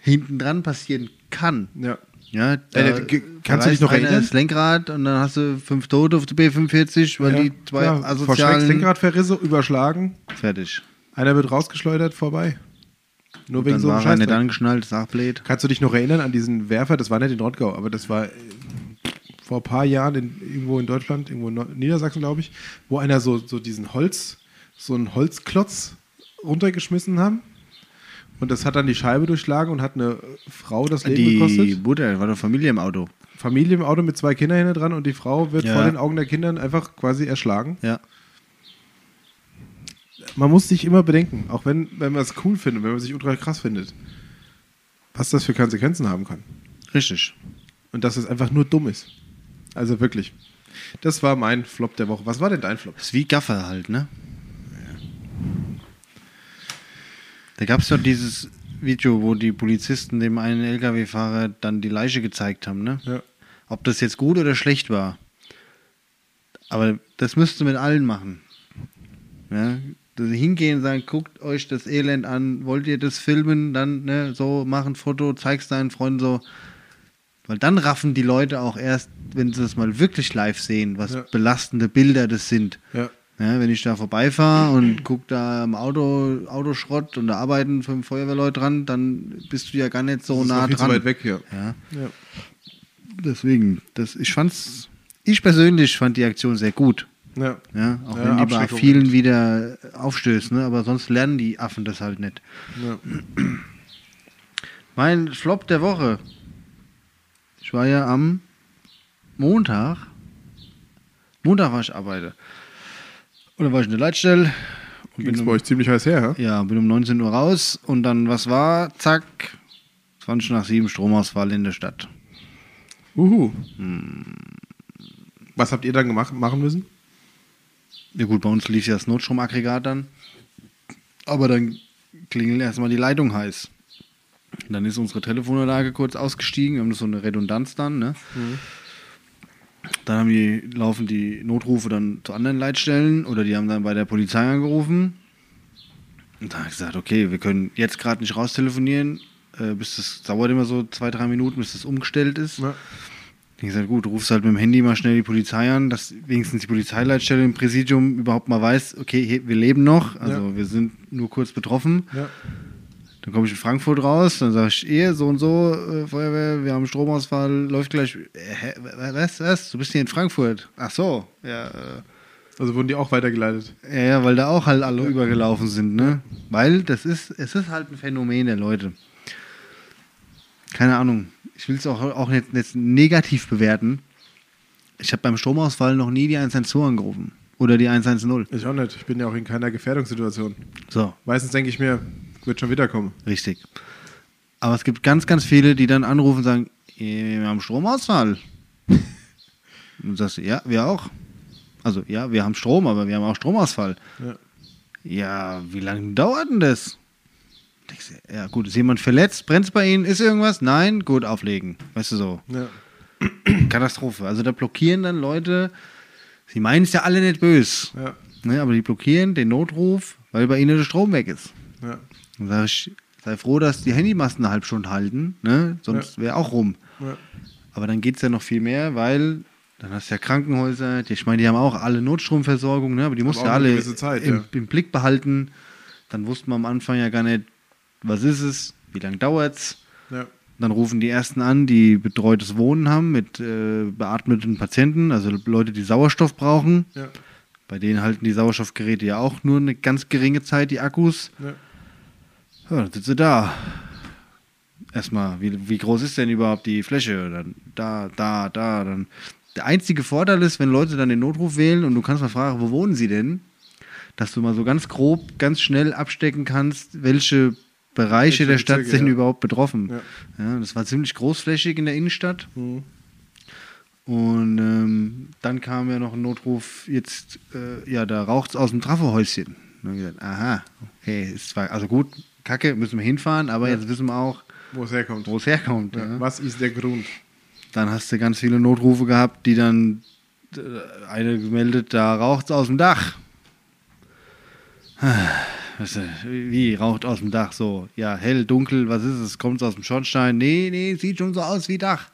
Speaker 2: hinten dran passieren kann.
Speaker 1: ja.
Speaker 2: Ja,
Speaker 1: Äh, ge- kannst du dich
Speaker 2: reißt
Speaker 1: noch
Speaker 2: einer
Speaker 1: erinnern?
Speaker 2: Das Lenkrad und dann hast du fünf Tote auf der B45, weil
Speaker 1: Ja,
Speaker 2: die zwei
Speaker 1: klar. Vor Schreck
Speaker 2: asozialen
Speaker 1: Lenkradverrisse überschlagen.
Speaker 2: fertig.
Speaker 1: Einer wird rausgeschleudert, vorbei. Nur wegen
Speaker 2: dann
Speaker 1: so einem
Speaker 2: war er
Speaker 1: Scheiß.
Speaker 2: nicht angeschnallt, ist auch blöd.
Speaker 1: Kannst du dich noch erinnern an diesen Werfer? Das war nicht in Rottgau, aber das war äh, vor ein paar Jahren in, irgendwo in Deutschland, irgendwo in Neu- Niedersachsen, glaube ich, wo einer so, so diesen Holz, so einen Holzklotz runtergeschmissen haben. Und das hat dann die Scheibe durchschlagen und hat eine Frau das Leben
Speaker 2: Die
Speaker 1: gekostet.
Speaker 2: Mutter, war doch Familie im Auto.
Speaker 1: Familie im Auto mit zwei Kindern hinten dran und die Frau wird
Speaker 2: Ja.
Speaker 1: vor den Augen der Kindern einfach quasi erschlagen.
Speaker 2: Ja.
Speaker 1: man muss sich immer bedenken, auch wenn, wenn man es cool findet, wenn man sich ultra krass findet, was das für Konsequenzen haben kann.
Speaker 2: Richtig.
Speaker 1: Und dass es einfach nur dumm ist. Also wirklich. Das war mein Flop der Woche. Was war denn dein Flop?
Speaker 2: Ist wie Gaffer halt, ne? Da gab es doch dieses Video, wo die Polizisten dem einen LKW-Fahrer dann die Leiche gezeigt haben, ne?
Speaker 1: Ja.
Speaker 2: Ob das jetzt gut oder schlecht war. Aber das müsst ihr mit allen machen. Ja? Dass sie hingehen und sagen, guckt euch das Elend an, wollt ihr das filmen, dann ne, so, mach ein Foto, zeig's deinen Freunden so. Weil dann raffen die Leute auch erst, wenn sie das mal wirklich live sehen, was
Speaker 1: Ja.
Speaker 2: belastende Bilder das sind.
Speaker 1: Ja.
Speaker 2: Ja, wenn ich da vorbeifahre und guck da im Auto Autoschrott und da arbeiten fünf Feuerwehrleute dran, dann bist du ja gar nicht so
Speaker 1: Das ist noch
Speaker 2: nah
Speaker 1: viel
Speaker 2: dran.
Speaker 1: zu weit weg hier.
Speaker 2: Ja,
Speaker 1: Ja.
Speaker 2: deswegen, das, ich fand's, ich persönlich fand die Aktion sehr gut.
Speaker 1: Ja.
Speaker 2: Ja, auch
Speaker 1: Ja,
Speaker 2: wenn die bei
Speaker 1: Abschreckung
Speaker 2: vielen wieder aufstößt, ne? aber sonst lernen die Affen das halt nicht.
Speaker 1: Ja.
Speaker 2: Mein Flop der Woche. Ich war ja am Montag. Montag war ich arbeite. Oder war ich in der Leitstelle? und bin
Speaker 1: Ging's
Speaker 2: um-
Speaker 1: bei euch ziemlich heiß her, hä?
Speaker 2: Ja, bin um 19 Uhr raus und dann, was war? Zack, 20 nach 7 Stromausfall in der Stadt. Hm.
Speaker 1: Uhu. Was habt ihr dann gemacht, machen müssen?
Speaker 2: Ja gut, bei uns lief ja das Notstromaggregat dann. Aber dann klingelt erstmal die Leitung heiß. Und dann ist unsere Telefonanlage kurz ausgestiegen. Wir haben so eine Redundanz dann. Ne? Dann haben die, laufen die Notrufe dann zu anderen Leitstellen oder die haben dann bei der Polizei angerufen. Und da habe ich gesagt, okay, wir können jetzt gerade nicht raus telefonieren. Äh, bis das dauert immer so zwei, drei Minuten, bis das umgestellt ist.
Speaker 1: Ja.
Speaker 2: Ich gesagt, gut, du rufst halt mit dem Handy mal schnell die Polizei an, dass wenigstens die Polizeileitstelle im Präsidium überhaupt mal weiß, okay, hier, wir leben noch, also wir sind nur kurz betroffen.
Speaker 1: Ja.
Speaker 2: Dann komme ich in Frankfurt raus, dann sage ich, ihr, so und so, äh, Feuerwehr, wir haben einen Stromausfall, läuft gleich. Äh, hä, wa- was, was? Du bist hier in Frankfurt? Ach so, ja. Äh,
Speaker 1: Also wurden die auch weitergeleitet.
Speaker 2: ja, ja, weil da auch halt alle übergelaufen sind, ne? Weil das ist, es ist halt ein Phänomen der Leute. Keine Ahnung. Ich will es auch, auch jetzt, jetzt negativ bewerten. Ich habe beim Stromausfall noch nie die 112 angerufen. Oder die 110.
Speaker 1: Ich auch nicht. Ich bin ja auch in keiner Gefährdungssituation.
Speaker 2: So,
Speaker 1: Meistens denke ich mir, wird schon wiederkommen.
Speaker 2: richtig. Aber es gibt ganz, ganz viele, die dann anrufen und sagen, "Eh, wir haben Stromausfall. Und du sagst, ja, wir auch. Also ja, wir haben Strom, aber wir haben auch Stromausfall.
Speaker 1: Ja.
Speaker 2: Ja, wie lange dauert denn das? Denkst du, Ja, gut, ist jemand verletzt? Brennt bei Ihnen? Ist irgendwas? Nein? Gut, auflegen. Weißt du so.
Speaker 1: Ja.
Speaker 2: Katastrophe. Also da blockieren dann Leute, sie meinen es ja alle nicht böse,
Speaker 1: Ja.
Speaker 2: ne, aber die blockieren den Notruf, weil bei ihnen der Strom weg ist.
Speaker 1: Ja.
Speaker 2: Dann sage ich, sei froh, dass die Handymasten eine halbe Stunde halten, ne? sonst wäre auch rum.
Speaker 1: Ja.
Speaker 2: Aber dann geht es ja noch viel mehr, weil dann hast du ja Krankenhäuser, die, ich meine, die haben auch alle Notstromversorgung, ne? aber die musst du
Speaker 1: auch
Speaker 2: ja
Speaker 1: eine
Speaker 2: alle
Speaker 1: gewisse Zeit,
Speaker 2: im,
Speaker 1: ja.
Speaker 2: im Blick behalten. Dann wussten wir am Anfang ja gar nicht, was ist es, wie lange dauert es.
Speaker 1: Ja.
Speaker 2: Dann rufen die ersten an, die betreutes Wohnen haben mit äh, beatmeten Patienten, also Leute, die Sauerstoff brauchen.
Speaker 1: Ja.
Speaker 2: Bei denen halten die Sauerstoffgeräte ja auch nur eine ganz geringe Zeit, die Akkus.
Speaker 1: Ja.
Speaker 2: Ja, dann sitzt du da. Erstmal, wie, wie groß ist denn überhaupt die Fläche? Dann da, da, da. Dann. Der einzige Vorteil ist, wenn Leute dann den Notruf wählen und du kannst mal fragen, wo wohnen sie denn? Dass du mal so ganz grob, ganz schnell abstecken kannst, welche Bereiche
Speaker 1: Welche
Speaker 2: der Stadt
Speaker 1: Bezirke,
Speaker 2: sind
Speaker 1: ja.
Speaker 2: überhaupt betroffen.
Speaker 1: Ja.
Speaker 2: Ja, das war ziemlich großflächig in der Innenstadt.
Speaker 1: Mhm.
Speaker 2: Und ähm, dann kam ja noch ein Notruf, jetzt, äh, ja, da raucht es aus dem Trafohäuschen. Und dann hab ich gesagt, aha, okay, ist zwar, also gut, kacke, müssen wir hinfahren, aber jetzt wissen wir auch,
Speaker 1: Wo es herkommt.
Speaker 2: wo es herkommt. Ja.
Speaker 1: Ja. Was ist der Grund?
Speaker 2: Dann hast du ganz viele Notrufe gehabt, die dann äh, eine gemeldet, da raucht es aus dem Dach. Weißt du, Wie raucht aus dem Dach so? Ja, hell, dunkel, was ist es? Kommt es aus dem Schornstein? Nee, nee, sieht schon so aus wie Dach.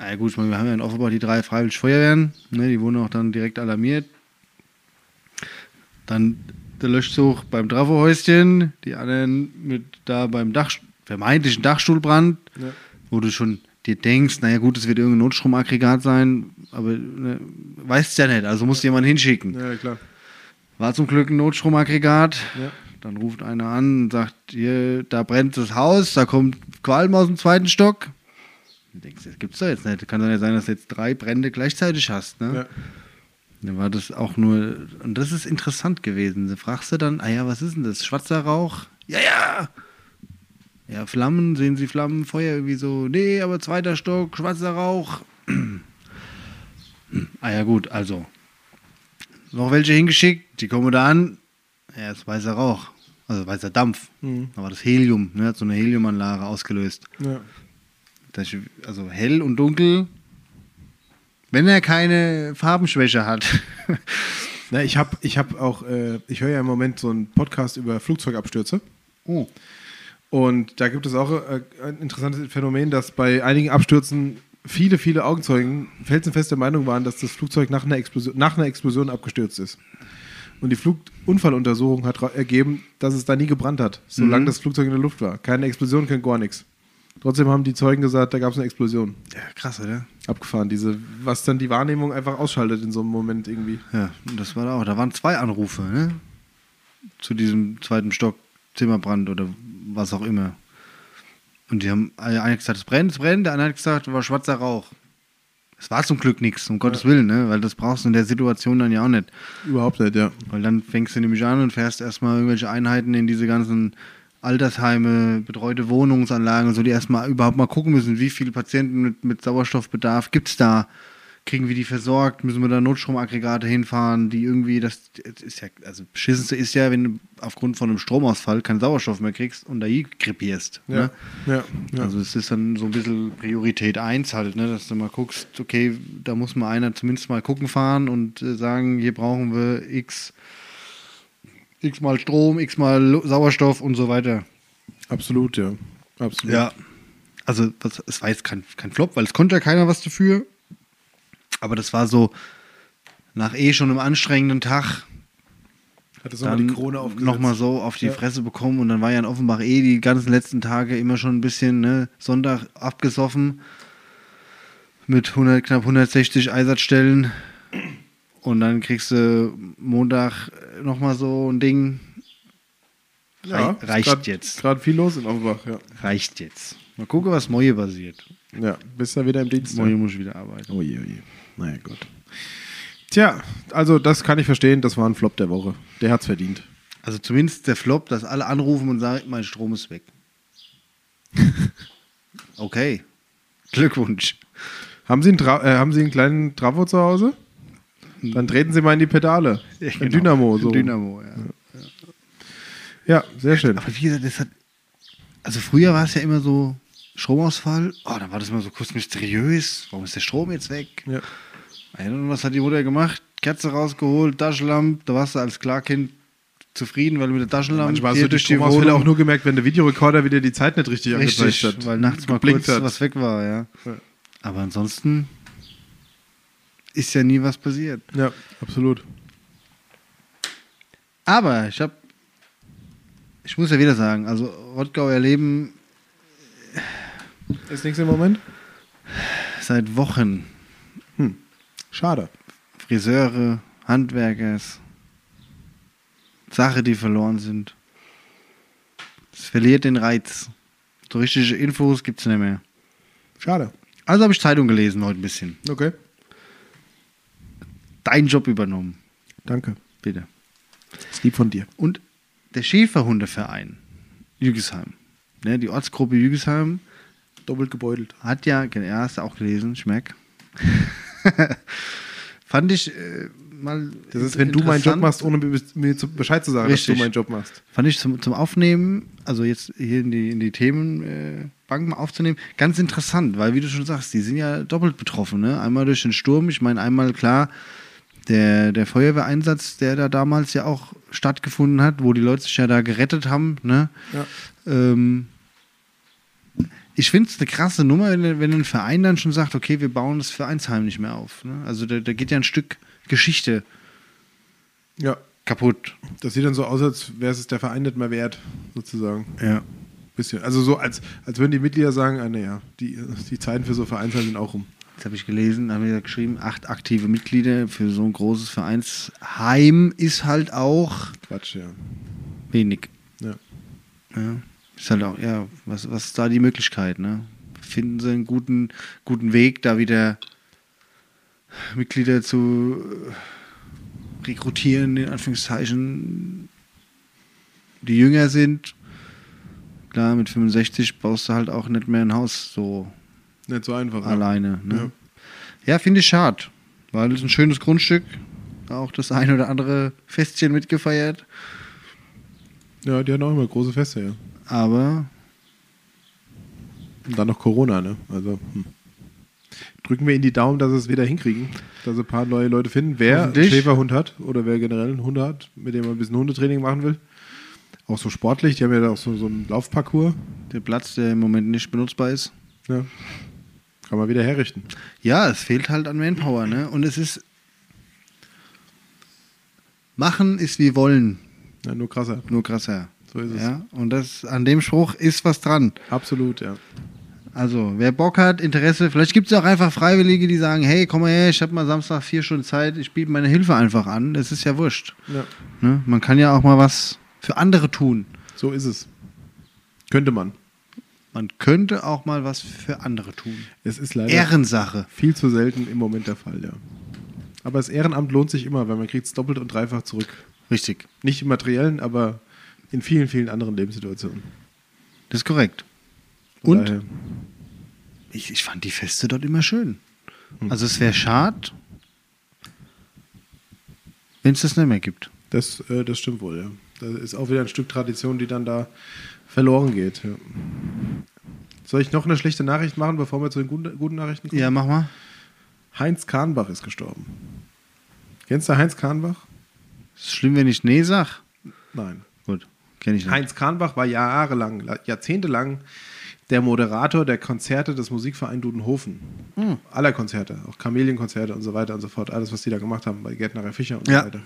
Speaker 2: Na gut, ich meine, wir haben ja in Offenbach die drei freiwillig Feuerwehren, ne, die wurden auch dann direkt alarmiert. Dann der Löschzug beim Trafohäuschen, die anderen mit da beim Dach, vermeintlichen Dachstuhlbrand,
Speaker 1: Ja.
Speaker 2: wo du schon dir denkst, naja gut, es wird irgendein Notstromaggregat sein, aber ne, weißt ja nicht, also musst du jemanden hinschicken.
Speaker 1: Ja, klar.
Speaker 2: War zum Glück ein Notstromaggregat.
Speaker 1: Ja.
Speaker 2: Dann ruft einer an und sagt, hier, da brennt das Haus, da kommt Qualm aus dem zweiten Stock. Du denkst, das gibt's doch jetzt nicht. Kann doch nicht sein, dass du jetzt drei Brände gleichzeitig hast. Ne?
Speaker 1: Ja.
Speaker 2: Dann war das auch nur, und das ist interessant gewesen. Da fragst du dann, ah ja, was ist denn das? Schwarzer Rauch? Ja, ja! Ja, Flammen, sehen Sie Flammen, Feuer irgendwie so, nee, aber zweiter Stock, schwarzer Rauch. ah ja, gut, also. Noch welche hingeschickt, die kommen da an. Ja, ist weißer Rauch, also weißer Dampf.
Speaker 1: Mhm.
Speaker 2: Da war das Helium, ne, hat so eine Heliumanlage ausgelöst.
Speaker 1: Ja.
Speaker 2: Das, also hell und dunkel. Wenn er keine Farbenschwäche hat.
Speaker 1: Na, ich habe ich hab auch, äh, ich höre ja im Moment so einen Podcast über Flugzeugabstürze.
Speaker 2: oh.
Speaker 1: Und da gibt es auch äh, ein interessantes Phänomen, dass bei einigen Abstürzen viele, viele Augenzeugen felsenfest der Meinung waren, dass das Flugzeug nach einer Explosion, nach einer Explosion abgestürzt ist. Und die Flugunfalluntersuchung hat ra- ergeben, dass es da nie gebrannt hat, solange das Flugzeug in der Luft war. Keine Explosion, kein gar nichts. Trotzdem haben die Zeugen gesagt, da gab es eine Explosion.
Speaker 2: Ja, krass, oder?
Speaker 1: Abgefahren, diese, was dann die Wahrnehmung einfach ausschaltet in so einem Moment irgendwie.
Speaker 2: Ja, und das war da auch. Da waren zwei Anrufe, ne? Zu diesem zweiten Stock, Zimmerbrand oder was auch immer. Und die haben, äh, einer hat gesagt, es brennt, es brennt, der andere hat gesagt, war schwarzer Rauch. Es war zum Glück nichts, um Gottes Willen, ne? Weil das brauchst du in der Situation dann ja auch nicht.
Speaker 1: Überhaupt nicht, ja.
Speaker 2: Weil dann fängst du nämlich an und fährst erstmal irgendwelche Einheiten in diese ganzen Altersheime, betreute Wohnungsanlagen und so, die erstmal überhaupt mal gucken müssen, wie viele Patienten mit, mit Sauerstoffbedarf gibt es da. kriegen wir die versorgt, müssen wir da Notstromaggregate hinfahren, die irgendwie, das, das ist ja, also beschissenste ist ja, wenn du aufgrund von einem Stromausfall keinen Sauerstoff mehr kriegst und da krepierst.
Speaker 1: Ja.
Speaker 2: Ne?
Speaker 1: Ja, ja.
Speaker 2: Also es ist dann so ein bisschen Priorität 1 halt, ne? dass du mal guckst, okay, da muss mal einer zumindest mal gucken fahren und äh, sagen, hier brauchen wir x, x mal Strom, x mal Lu- Sauerstoff und so weiter.
Speaker 1: absolut, ja. Absolut.
Speaker 2: Ja. Also, das, es war jetzt kein, kein Flop, weil es konnte ja keiner was dafür. Aber das war so nach eh schon einem anstrengenden Tag
Speaker 1: Hat das nochmal
Speaker 2: dann
Speaker 1: die Krone aufgesetzt.
Speaker 2: nochmal so auf die
Speaker 1: Ja.
Speaker 2: Fresse bekommen und dann war ja in Offenbach eh die ganzen letzten Tage immer schon ein bisschen ne, Sonntag abgesoffen mit 100, knapp 160 Einsatzstellen und dann kriegst du Montag nochmal so ein Ding.
Speaker 1: Ja,
Speaker 2: Rei-
Speaker 1: ist
Speaker 2: reicht
Speaker 1: grad,
Speaker 2: jetzt.
Speaker 1: Gerade viel los in Offenbach, ja.
Speaker 2: Reicht jetzt. Mal gucken, was Moje passiert.
Speaker 1: Ja, bist ja wieder im Dienst.
Speaker 2: Moje muss wieder arbeiten.
Speaker 1: Oje, oje. Naja, gut. Tja, also das kann ich verstehen, das war ein Flop der Woche. Der hat's verdient.
Speaker 2: Also zumindest der Flop, dass alle anrufen und sagen, mein Strom ist weg. okay. Glückwunsch.
Speaker 1: Haben Sie einen, Tra äh, haben Sie einen kleinen Travo zu Hause?
Speaker 2: Hm.
Speaker 1: Dann treten Sie mal in die Pedale. Ein genau. Dynamo. So.
Speaker 2: Ein genau. Dynamo, ja.
Speaker 1: Ja, sehr schön.
Speaker 2: Aber wie gesagt, das hat. Also früher war es ja immer so Stromausfall. Oh, dann war das immer so kurz mysteriös. Warum ist der Strom jetzt weg?
Speaker 1: Ja.
Speaker 2: Ja, und was hat die Mutter gemacht? Kerze rausgeholt, Taschenlampe. Da warst du als Klarkind zufrieden, weil du mit der Taschenlampe
Speaker 1: Manchmal hast
Speaker 2: hier
Speaker 1: du die Stromausfälle auch nur gemerkt, wenn der Videorekorder wieder die Zeit nicht richtig, angezeigt
Speaker 2: Richtig,
Speaker 1: hat.
Speaker 2: weil nachts mal
Speaker 1: Geblinkt
Speaker 2: kurz
Speaker 1: hat.
Speaker 2: was weg war, ja.
Speaker 1: Ja.
Speaker 2: Aber ansonsten ist ja nie was passiert.
Speaker 1: Ja, absolut.
Speaker 2: Aber ich habe, ich muss ja wieder sagen, also Rottgau erleben
Speaker 1: Ist nichts im Moment?
Speaker 2: seit Wochen
Speaker 1: Schade.
Speaker 2: Friseure, Handwerkers, Sachen, die verloren sind. Es verliert den Reiz. So richtige Infos gibt es nicht mehr.
Speaker 1: Schade.
Speaker 2: Also habe ich Zeitung gelesen heute ein bisschen.
Speaker 1: Okay.
Speaker 2: Dein Job übernommen,
Speaker 1: Danke.
Speaker 2: bitte.
Speaker 1: Ist lieb von dir.
Speaker 2: Und der Schäferhundeverein Jügesheim, ne, die Ortsgruppe Jügesheim,
Speaker 1: Doppelt gebeutelt.
Speaker 2: hat ja, ja, hast du auch gelesen, ich merk. Fand ich äh, mal.
Speaker 1: Das ist, wenn du meinen Job
Speaker 2: interessant.
Speaker 1: machst, ohne mir mir zu- Bescheid zu sagen, dass
Speaker 2: Richtig.
Speaker 1: du meinen Job machst.
Speaker 2: Fand ich zum, zum Aufnehmen, also jetzt hier in die, in die Themenbank äh, Bank mal aufzunehmen, ganz interessant, weil wie du schon sagst, die sind ja doppelt betroffen. Ne? Einmal durch den Sturm, ich meine einmal klar, der, der Feuerwehreinsatz, der da damals ja auch stattgefunden hat, wo die Leute sich ja da gerettet haben. Ne?
Speaker 1: Ja.
Speaker 2: Ähm, ich finde es eine krasse Nummer, wenn, wenn ein Verein dann schon sagt, okay, wir bauen das Vereinsheim nicht mehr auf. Ne? Also da, da geht ja ein Stück Geschichte
Speaker 1: Ja.
Speaker 2: kaputt.
Speaker 1: Das sieht dann so aus, als wäre es der Verein nicht mehr wert, sozusagen.
Speaker 2: Ja.
Speaker 1: Bisschen. Also so, als, als würden die Mitglieder sagen, ah, naja, die, die Zeiten für so Vereinsheim sind auch rum.
Speaker 2: Das habe ich gelesen, haben wir da geschrieben, acht aktive Mitglieder für so ein großes Vereinsheim ist halt auch
Speaker 1: Quatsch, ja.
Speaker 2: wenig.
Speaker 1: ja.
Speaker 2: Ja. Ist halt auch, ja, was, was ist da die Möglichkeit, ne? Finden sie einen guten, guten Weg, da wieder Mitglieder zu äh, rekrutieren, in Anführungszeichen, die jünger sind. Klar, mit 65 baust du halt auch nicht mehr ein Haus so
Speaker 1: Nicht so einfach. ja.
Speaker 2: alleine. Ne? Ja, finde ich schade, weil es ein schönes Grundstück. Auch das ein oder andere Festchen mitgefeiert.
Speaker 1: Ja, die hatten auch immer große Feste, ja.
Speaker 2: Aber
Speaker 1: Und dann noch Corona, ne? Also hm. drücken wir ihnen die Daumen, dass sie es wieder hinkriegen, dass sie ein paar neue Leute finden. Wer einen
Speaker 2: Hoffentlich.
Speaker 1: Schäferhund hat oder wer generell einen Hund hat, mit dem man ein bisschen Hundetraining machen will. Auch so sportlich, die haben ja da auch so, so einen Laufparcours.
Speaker 2: der Platz, der im Moment nicht benutzbar ist.
Speaker 1: Ja. Kann man wieder herrichten.
Speaker 2: Ja, es fehlt halt an Manpower, ne? Und es ist. Machen ist wie wollen,
Speaker 1: Ja, nur krasser.
Speaker 2: nur krasser.
Speaker 1: So ist es.
Speaker 2: Ja? Und das an dem Spruch ist was dran.
Speaker 1: Absolut, ja.
Speaker 2: Also, wer Bock hat, Interesse, vielleicht gibt es auch einfach Freiwillige, die sagen, hey, komm mal her, ich habe mal Samstag vier Stunden Zeit, ich biete meine Hilfe einfach an. Es ist ja wurscht.
Speaker 1: ja.
Speaker 2: Ne? Man kann ja auch mal was für andere tun.
Speaker 1: So ist es. Könnte man.
Speaker 2: Man könnte auch mal was für andere tun.
Speaker 1: Es ist leider
Speaker 2: Ehrensache.
Speaker 1: viel zu selten im Moment der Fall, ja. Aber das Ehrenamt lohnt sich immer, weil man kriegt es doppelt und dreifach zurück.
Speaker 2: Richtig.
Speaker 1: Nicht im materiellen, aber in vielen, vielen anderen Lebenssituationen.
Speaker 2: Das ist korrekt.
Speaker 1: Von
Speaker 2: Und
Speaker 1: daher-
Speaker 2: ich, ich fand die Feste dort immer schön. Also es wäre schade, wenn es das nicht mehr gibt.
Speaker 1: Das, äh, das stimmt wohl, ja. Da ist auch wieder ein Stück Tradition, die dann da verloren geht. Ja. Soll ich noch eine schlechte Nachricht machen, bevor wir zu den guten, guten Nachrichten kommen?
Speaker 2: Ja, mach mal.
Speaker 1: Heinz Kahnbach ist gestorben. Kennst du Heinz Kahnbach?
Speaker 2: Ist schlimm, wenn ich nee sag.
Speaker 1: Nein.
Speaker 2: Gut, kenne ich nicht.
Speaker 1: Heinz Kahnbach war jahrelang, jahrzehntelang der Moderator der Konzerte des Musikvereins Dudenhofen. Aller Konzerte, auch Kamelienkonzerte und so weiter und so fort. Alles, was die da gemacht haben bei Gärtner Fischer und
Speaker 2: Ja.
Speaker 1: so weiter.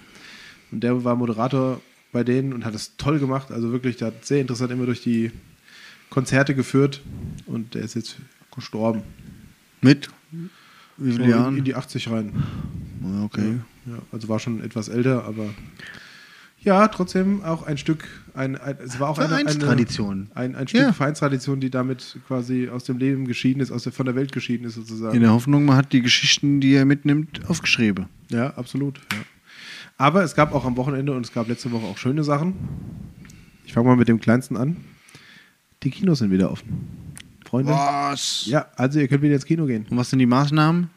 Speaker 1: Und der war Moderator bei denen und hat es toll gemacht. Also wirklich, der hat sehr interessant immer durch die Konzerte geführt und der ist jetzt gestorben.
Speaker 2: Mit? Wie
Speaker 1: So
Speaker 2: viele
Speaker 1: in, in
Speaker 2: Jahren?
Speaker 1: die 80 rein.
Speaker 2: Ja, Okay.
Speaker 1: Ja, also war schon etwas älter, aber ja, trotzdem auch ein Stück, ein, ein, es war auch eine, eine
Speaker 2: Vereinstradition.
Speaker 1: Ein, ein Stück
Speaker 2: Ja.
Speaker 1: Vereinstradition, die damit quasi aus dem Leben geschieden ist, aus der, von der Welt geschieden ist sozusagen.
Speaker 2: In der Hoffnung, man hat die Geschichten, die er mitnimmt, aufgeschrieben.
Speaker 1: Ja, absolut. Ja. Aber es gab auch am Wochenende und es gab letzte Woche auch schöne Sachen. Ich fange mal mit dem Kleinsten an. Die Kinos sind wieder offen. Freunde.
Speaker 2: Was?
Speaker 1: Ja, also ihr könnt wieder ins Kino gehen.
Speaker 2: Und was sind die Maßnahmen?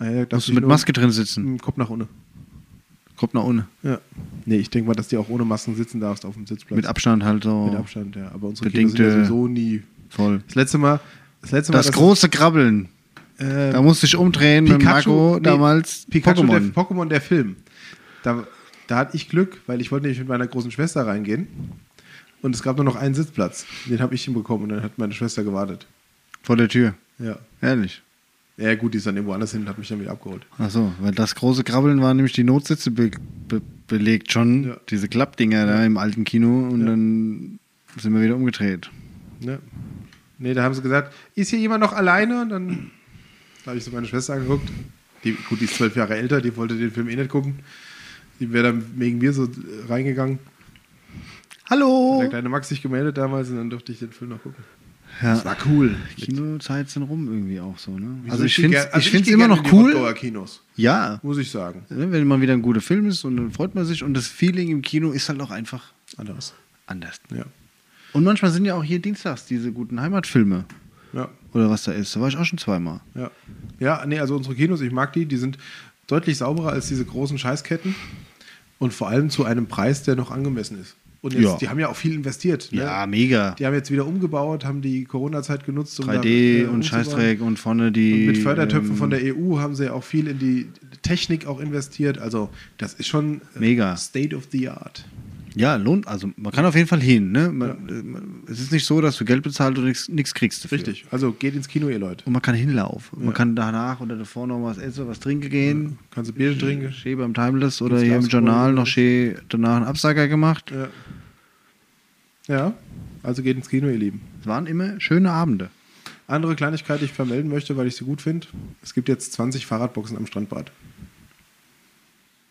Speaker 1: Äh, darfst
Speaker 2: Musst du
Speaker 1: dich
Speaker 2: mit
Speaker 1: nur-
Speaker 2: Maske drin sitzen?
Speaker 1: Hm, Kopf nach unten.
Speaker 2: Kommt nach ohne.
Speaker 1: Ja. Nee, ich denke mal, dass du auch ohne Masken sitzen darfst auf dem Sitzplatz.
Speaker 2: Mit Abstand halt so.
Speaker 1: Mit Abstand, ja. Aber unsere
Speaker 2: Bedingte-
Speaker 1: Kinder sind ja sowieso nie.
Speaker 2: Voll.
Speaker 1: Das letzte Mal, das letzte Mal,
Speaker 2: Das große Krabbeln.
Speaker 1: äh,
Speaker 2: Da musste ich umdrehen mit
Speaker 1: Pikachu-
Speaker 2: Marco
Speaker 1: nee,
Speaker 2: damals.
Speaker 1: Pikachu, Pokémon. Der,
Speaker 2: Pokémon.
Speaker 1: Pokémon, der Film. Da, da hatte ich Glück, weil ich wollte nämlich mit meiner großen Schwester reingehen. Und es gab nur noch einen Sitzplatz. Den habe ich hinbekommen und dann hat meine Schwester gewartet.
Speaker 2: Vor der Tür.
Speaker 1: Ja.
Speaker 2: Ehrlich.
Speaker 1: Ja, gut, die ist dann irgendwo anders hin und hat mich dann wieder abgeholt.
Speaker 2: Achso, weil das große Krabbeln waren nämlich die Notsitze be be belegt schon.
Speaker 1: Ja.
Speaker 2: Diese Klappdinger da im alten Kino und
Speaker 1: Ja.
Speaker 2: dann sind wir wieder umgedreht.
Speaker 1: Ne? Nee, da haben sie gesagt, ist hier jemand noch alleine? Und dann habe ich so meine Schwester angeguckt. Die, gut, die ist zwölf Jahre älter, die wollte den Film eh nicht gucken. Die wäre dann wegen mir so äh, reingegangen. Hat Der
Speaker 2: Hallo!
Speaker 1: kleine Max sich gemeldet damals und dann durfte ich den Film noch gucken. Das
Speaker 2: Ja.
Speaker 1: war cool.
Speaker 2: Kinozeit sind rum irgendwie auch so, ne?
Speaker 1: Wieso
Speaker 2: Also ich
Speaker 1: gehe
Speaker 2: finde
Speaker 1: ger- also
Speaker 2: ich find's
Speaker 1: gehe
Speaker 2: immer
Speaker 1: gerne
Speaker 2: noch
Speaker 1: in die
Speaker 2: cool.
Speaker 1: Outdoor Kinos,
Speaker 2: Ja.
Speaker 1: muss ich sagen.
Speaker 2: Ne, Wenn mal wieder ein guter Film ist und dann freut man sich und das Feeling im Kino ist halt auch einfach
Speaker 1: Anders.
Speaker 2: anders. ne?
Speaker 1: Ja.
Speaker 2: Und manchmal sind ja auch hier dienstags diese guten Heimatfilme
Speaker 1: Ja.
Speaker 2: oder was da ist. Da war ich auch schon zweimal.
Speaker 1: Ja. Ja, nee, also unsere Kinos, ich mag die, die sind deutlich sauberer als diese großen Scheißketten und vor allem zu einem Preis, der noch angemessen ist. Und jetzt,
Speaker 2: Ja.
Speaker 1: die haben ja auch viel investiert. Ne?
Speaker 2: Ja, mega.
Speaker 1: Die haben jetzt wieder umgebaut, haben die Corona-Zeit genutzt, um da,
Speaker 2: 3D
Speaker 1: äh, umzubauen.
Speaker 2: und Scheißdreck und vorne die.
Speaker 1: Und mit Fördertöpfen
Speaker 2: ähm,
Speaker 1: von der EU haben sie ja auch viel in die Technik auch investiert. Also das ist schon äh,
Speaker 2: Mega.
Speaker 1: State of the Art.
Speaker 2: Ja, lohnt. Also man kann auf jeden Fall hin. Ne? Man, äh, man- Es ist nicht so, dass du Geld bezahlt und nichts kriegst. Dafür.
Speaker 1: Richtig. Also geht ins Kino, ihr Leute.
Speaker 2: Und man kann hinlaufen. Man kann danach oder davor noch was essen, was trinken gehen.
Speaker 1: Kannst du Bier trinken?
Speaker 2: Schön beim Timeless oder
Speaker 1: Ins
Speaker 2: hier
Speaker 1: Glas
Speaker 2: im Journal
Speaker 1: holen.
Speaker 2: noch schön danach einen Absager gemacht.
Speaker 1: Ja. ja, also geht ins Kino, ihr Lieben.
Speaker 2: Es waren immer schöne Abende.
Speaker 1: Andere Kleinigkeit, die ich vermelden möchte, weil ich sie gut finde. Es gibt jetzt 20 Fahrradboxen am Strandbad.